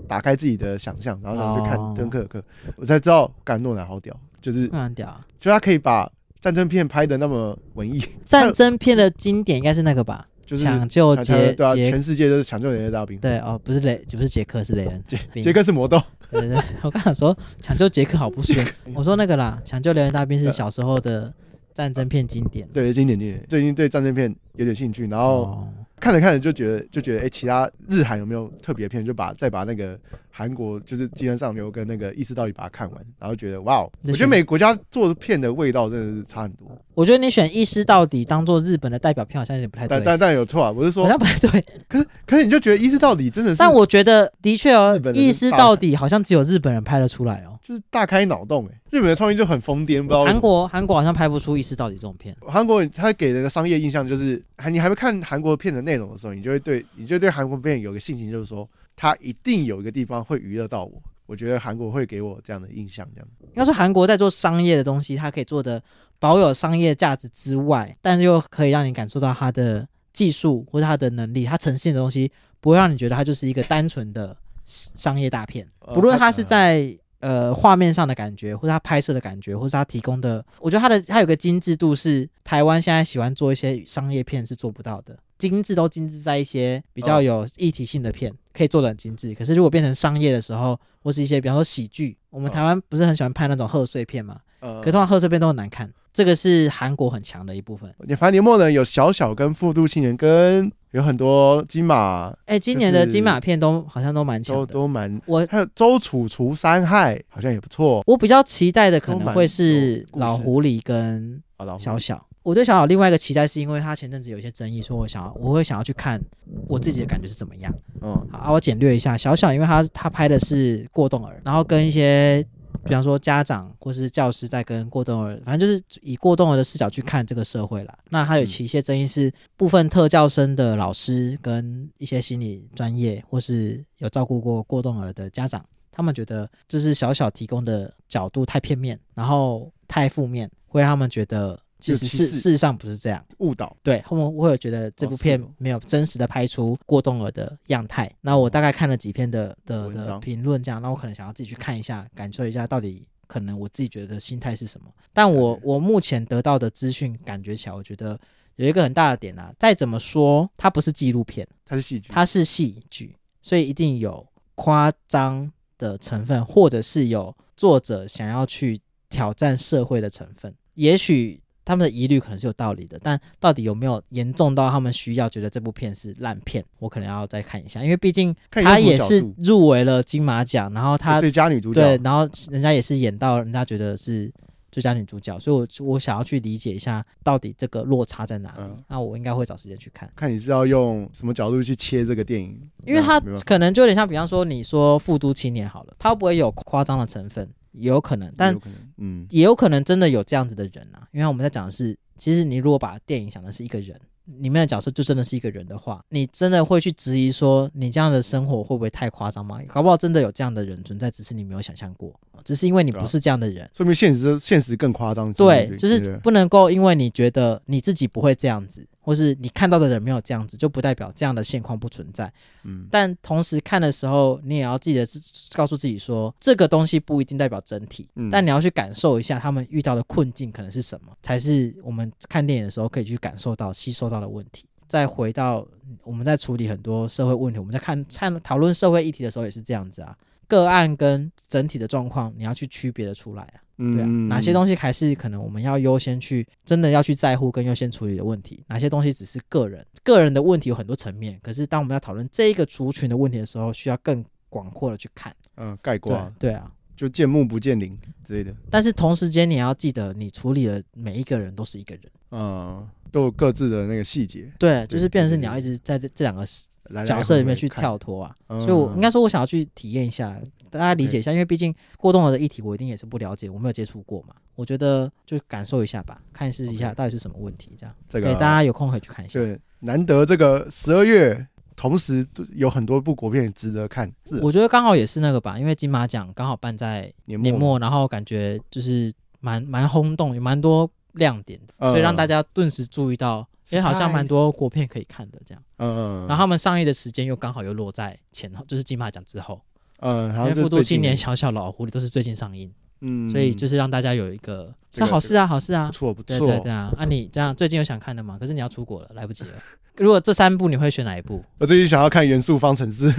Speaker 1: 打开自己的想象，然后想去看
Speaker 2: 哦
Speaker 1: 《敦刻尔克》，我才知道干诺兰好屌，就是
Speaker 2: 不然屌啊！
Speaker 1: 就他可以把战争片拍的那么文艺，
Speaker 2: 战争片的经典应该是那个吧？
Speaker 1: 就是
Speaker 2: 抢救
Speaker 1: 抢
Speaker 2: 杰
Speaker 1: 对啊，
Speaker 2: 杰
Speaker 1: 全世界都是抢救人类大兵，
Speaker 2: 对哦，不是雷，不是杰克，是雷恩。兵
Speaker 1: 杰克是魔豆，
Speaker 2: 对对 对，我刚想说抢救杰克好不 顺，我说那个啦，抢救雷恩大兵是小时候的战争片经典。
Speaker 1: 对，经典经典。最近对战争片有点兴趣，然后
Speaker 2: 哦，
Speaker 1: 看着看着就觉得就觉得，哎、其他日韩有没有特别片？就把再把那个韩国就是《寄生上流》跟那个《意识到底》把它看完，然后觉得哇哦，
Speaker 2: 那
Speaker 1: 我
Speaker 2: 是
Speaker 1: 觉得每个国家做的片的味道真的是差很多。
Speaker 2: 我觉得你选一师到底当做日本的代表片好像有点不太
Speaker 1: 但
Speaker 2: 对，
Speaker 1: 但但有错啊，我是
Speaker 2: 好
Speaker 1: 说，
Speaker 2: 像不太 对。
Speaker 1: 可是可是你就觉得《意识到底》真的是，
Speaker 2: 但我觉得的确哦
Speaker 1: 日本，的
Speaker 2: 一
Speaker 1: 是
Speaker 2: 师
Speaker 1: 大
Speaker 2: 到底好像只有日本人拍得出来哦。
Speaker 1: 就是大开脑洞哎、日本的创意就很疯癫，不知道为什
Speaker 2: 韩
Speaker 1: 么
Speaker 2: 国韩国好像拍不出一师到底这种片。
Speaker 1: 韩国他给人的商业印象就是，还你还没看韩国片的内容的时候，你就会对你就对韩国片有个信心，就是说他一定有一个地方会娱乐到我。我觉得韩国会给我这样的印象，这样
Speaker 2: 应该说韩国在做商业的东西，它可以做的保有商业价值之外，但是又可以让你感受到它的技术或者它的能力，它呈现的东西不会让你觉得它就是一个单纯的商业大片。
Speaker 1: 呃
Speaker 2: 不论它是在呃画面上的感觉，或者它拍摄的感觉，或是它提供的，我觉得它的它有个精致度是台湾现在喜欢做一些商业片是做不到的。精致都精致在一些比
Speaker 1: 哦
Speaker 2: 较有议题性的片，可以做的很精致。可是如果变成商业的时候，或是一些比方说喜剧，我们
Speaker 1: 嗯
Speaker 2: 台湾不是很喜欢拍那种贺岁片嘛？
Speaker 1: 呃
Speaker 2: 可是通常贺岁片都很难看，这个是韩国很强的一部分。
Speaker 1: 你反正年末呢有小小跟复读青年跟有很多金马
Speaker 2: 哎，今年的金马片都好像都蛮强
Speaker 1: 都
Speaker 2: 的。
Speaker 1: 都蛮，
Speaker 2: 我
Speaker 1: 还有周楚除三害好像也不错
Speaker 2: 我比较期待的可
Speaker 1: 都
Speaker 2: 能
Speaker 1: 蛮
Speaker 2: 会是
Speaker 1: 有故事
Speaker 2: 老狐狸跟
Speaker 1: 啊。老
Speaker 2: 小小。我对小小另外一个期待是因为他前阵子有一些争议，说我想要我会想要去看我自己的感觉是怎么样。
Speaker 1: 嗯
Speaker 2: 好，啊我简略一下小小，因为他他拍的是过动儿，然后跟一些比方说家长或是教师在跟过动儿，反正就是以过动儿的视角去看这个社会啦。那
Speaker 1: 嗯
Speaker 2: 他有其一些争议是部分特教生的老师跟一些心理专业或是有照顾过过动儿的家长，他们觉得这是小小提供的角度太片面，然后太负面，会让他们觉得其实
Speaker 1: 有歧
Speaker 2: 事
Speaker 1: 视
Speaker 2: 事实上不是这样。
Speaker 1: 误导
Speaker 2: 对，后面我有觉得这
Speaker 1: 哦
Speaker 2: 部
Speaker 1: 是
Speaker 2: 片
Speaker 1: 哦
Speaker 2: 没有真实的拍出过动儿的样态。那我大概看了几篇的的
Speaker 1: 文
Speaker 2: 的
Speaker 1: 章
Speaker 2: 评论，这样，那我可能想要自己去看一下，感受一下到底可能我自己觉得心态是什么。但我
Speaker 1: 了解
Speaker 2: 我目前得到的资讯，感觉起来，我觉得有一个很大的点啊，再怎么说它不是纪录片，
Speaker 1: 它是戏剧，
Speaker 2: 它是戏剧，所以一定有夸张的成分，或者是有作者想要去挑战社会的成分。也许他们的疑虑可能是有道理的，但到底有没有严重到他们需要觉得这部片是烂片，我可能要再看一下，因为毕竟
Speaker 1: 看你
Speaker 2: 它
Speaker 1: 用
Speaker 2: 也
Speaker 1: 什么
Speaker 2: 是
Speaker 1: 角度
Speaker 2: 入围了金马奖，然后它
Speaker 1: 最佳女主角
Speaker 2: 对，然后人家也是演到人家觉得是最佳女主角，所以我我想要去理解一下到底这个落差在哪里。
Speaker 1: 嗯
Speaker 2: 那我应该会找时间去看。
Speaker 1: 看你是要用什么角度去切这个电影，
Speaker 2: 因为它
Speaker 1: 没办法
Speaker 2: 可能就有点像，比方说你说《复读青年》好了，它会不会有夸张的成分？也有可能，但
Speaker 1: 有可能嗯
Speaker 2: 也有可能真的有这样子的人啊。因为我们在讲的是，其实你如果把电影想的是一个人，里面的角色就真的是一个人的话，你真的会去质疑说，你这样的生活会不会太夸张吗？搞不好真的有这样的人存在，只是你没有想象过。只是因为你
Speaker 1: 对啊
Speaker 2: 不是这样的人。
Speaker 1: 说明现实现实更夸张。
Speaker 2: 对
Speaker 1: 其，实
Speaker 2: 就是不能够因为你觉得你自己不会这样子，或是你看到的人没有这样子，就不代表这样的现况不存在。
Speaker 1: 嗯，
Speaker 2: 但同时看的时候，你也要记得自告诉自己说，这个东西不一定代表整体，
Speaker 1: 嗯
Speaker 2: 但你要去感受一下他们遇到的困境可能是什么，才是我们看电影的时候可以去感受到、吸收到的问题。再回到我们在处理很多社会问题，我们在看看讨论社会议题的时候也是这样子啊，个案跟整体的状况你要去区别的出来啊。
Speaker 1: 嗯
Speaker 2: 对啊，哪些
Speaker 1: 西
Speaker 2: 东西还是可能我们要优先去，真的要去在乎跟优先处理的问题？哪些东西只是个人，个人的问题有很多层面，可是当我们要讨论这一个族群的问题的时候，需要更广阔的去看。
Speaker 1: 嗯概括
Speaker 2: 对
Speaker 1: 啊
Speaker 2: 对啊，
Speaker 1: 就见木不见林之类的，
Speaker 2: 但是同时间你也要记得，你处理的每一个人都是一个人。
Speaker 1: 嗯，都有各自的那个细节
Speaker 2: 对，就
Speaker 1: 对
Speaker 2: 是变成是
Speaker 1: 对
Speaker 2: 你要一直在这这两个
Speaker 1: 来来
Speaker 2: 角色里面
Speaker 1: 回回
Speaker 2: 去
Speaker 1: 看
Speaker 2: 跳脱啊。
Speaker 1: 嗯
Speaker 2: 所以我应该说，我想要去体验一下，大家理解一下，因为毕竟过动儿的议题我一定也是不了解，我没有接触过嘛。我觉得就感受一下吧，看是一下
Speaker 1: OK
Speaker 2: 到底是什么问题，这样。
Speaker 1: 这
Speaker 2: 对，
Speaker 1: 个
Speaker 2: 大家有空可以去看一下。
Speaker 1: 对难得这个十二月同时都有很多部国片值得看，是啊
Speaker 2: 我觉得刚好也是那个吧，因为金马奖刚好办在
Speaker 1: 年
Speaker 2: 年
Speaker 1: 末
Speaker 2: 末，然后感觉就是蛮蛮轰动，有蛮多亮点
Speaker 1: 嗯
Speaker 2: 的，所以让大家顿时注意到，因为好像蛮多国片可以看的这样。
Speaker 1: 嗯嗯，
Speaker 2: 然后他们上映的时间又刚好又落在前后，就是金马奖之后，
Speaker 1: 嗯，
Speaker 2: 因
Speaker 1: 好
Speaker 2: 为《
Speaker 1: 像是
Speaker 2: 复读
Speaker 1: 最
Speaker 2: 青
Speaker 1: 近
Speaker 2: 年》《小小老狐狸》都是最近上映，
Speaker 1: 嗯，
Speaker 2: 所以就是是让大家有一个
Speaker 1: 这
Speaker 2: 是
Speaker 1: 个
Speaker 2: 好事啊，好事
Speaker 1: 不
Speaker 2: 啊。
Speaker 1: 错不
Speaker 2: 对对
Speaker 1: 错
Speaker 2: 对。啊，啊你这样最近有想看的吗？可是你要出国了，来不及了。如果这三部你会选哪一部？
Speaker 1: 我最近想要看《元素方程式》，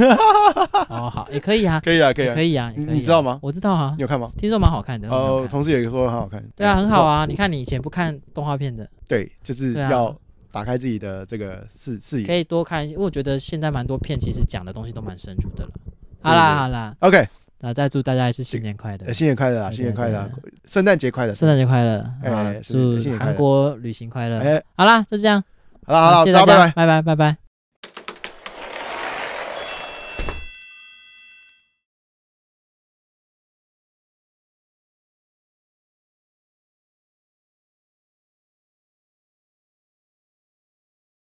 Speaker 2: 哦，好，也可以啊，
Speaker 1: 可以啊可以
Speaker 2: 也
Speaker 1: 啊
Speaker 2: 可，以啊，也
Speaker 1: 你
Speaker 2: 可以啊
Speaker 1: 你知道吗
Speaker 2: 我知道啊
Speaker 1: 你，有看吗？
Speaker 2: 听说蛮好看的。我没
Speaker 1: 呃
Speaker 2: 有，看
Speaker 1: 同事也说很好看，
Speaker 2: 对啊，很好
Speaker 1: 啊，
Speaker 2: 啊。你看你以前不看动画片的，
Speaker 1: 对，就是
Speaker 2: 对啊
Speaker 1: 要打开自己的这个视视
Speaker 2: 可
Speaker 1: 野。
Speaker 2: 以多看一些，因为我觉得现在蛮多片其实讲的东西都蛮深入的了。
Speaker 1: 对
Speaker 2: 好啦
Speaker 1: 对
Speaker 2: 好啦，
Speaker 1: OK，
Speaker 2: 那再祝大家一次新年快乐
Speaker 1: 呃，新年快乐啊，
Speaker 2: 对
Speaker 1: 新年快乐啊
Speaker 2: 对，
Speaker 1: 圣诞节快乐，
Speaker 2: 圣诞节快乐，
Speaker 1: 哎
Speaker 2: 啊
Speaker 1: 是
Speaker 2: 祝
Speaker 1: 新年快乐
Speaker 2: 韩国旅行快乐。
Speaker 1: 哎，
Speaker 2: 好啦，就这样，
Speaker 1: 好了好了，
Speaker 2: 谢谢大
Speaker 1: 大家拜拜
Speaker 2: 家，。拜拜拜拜。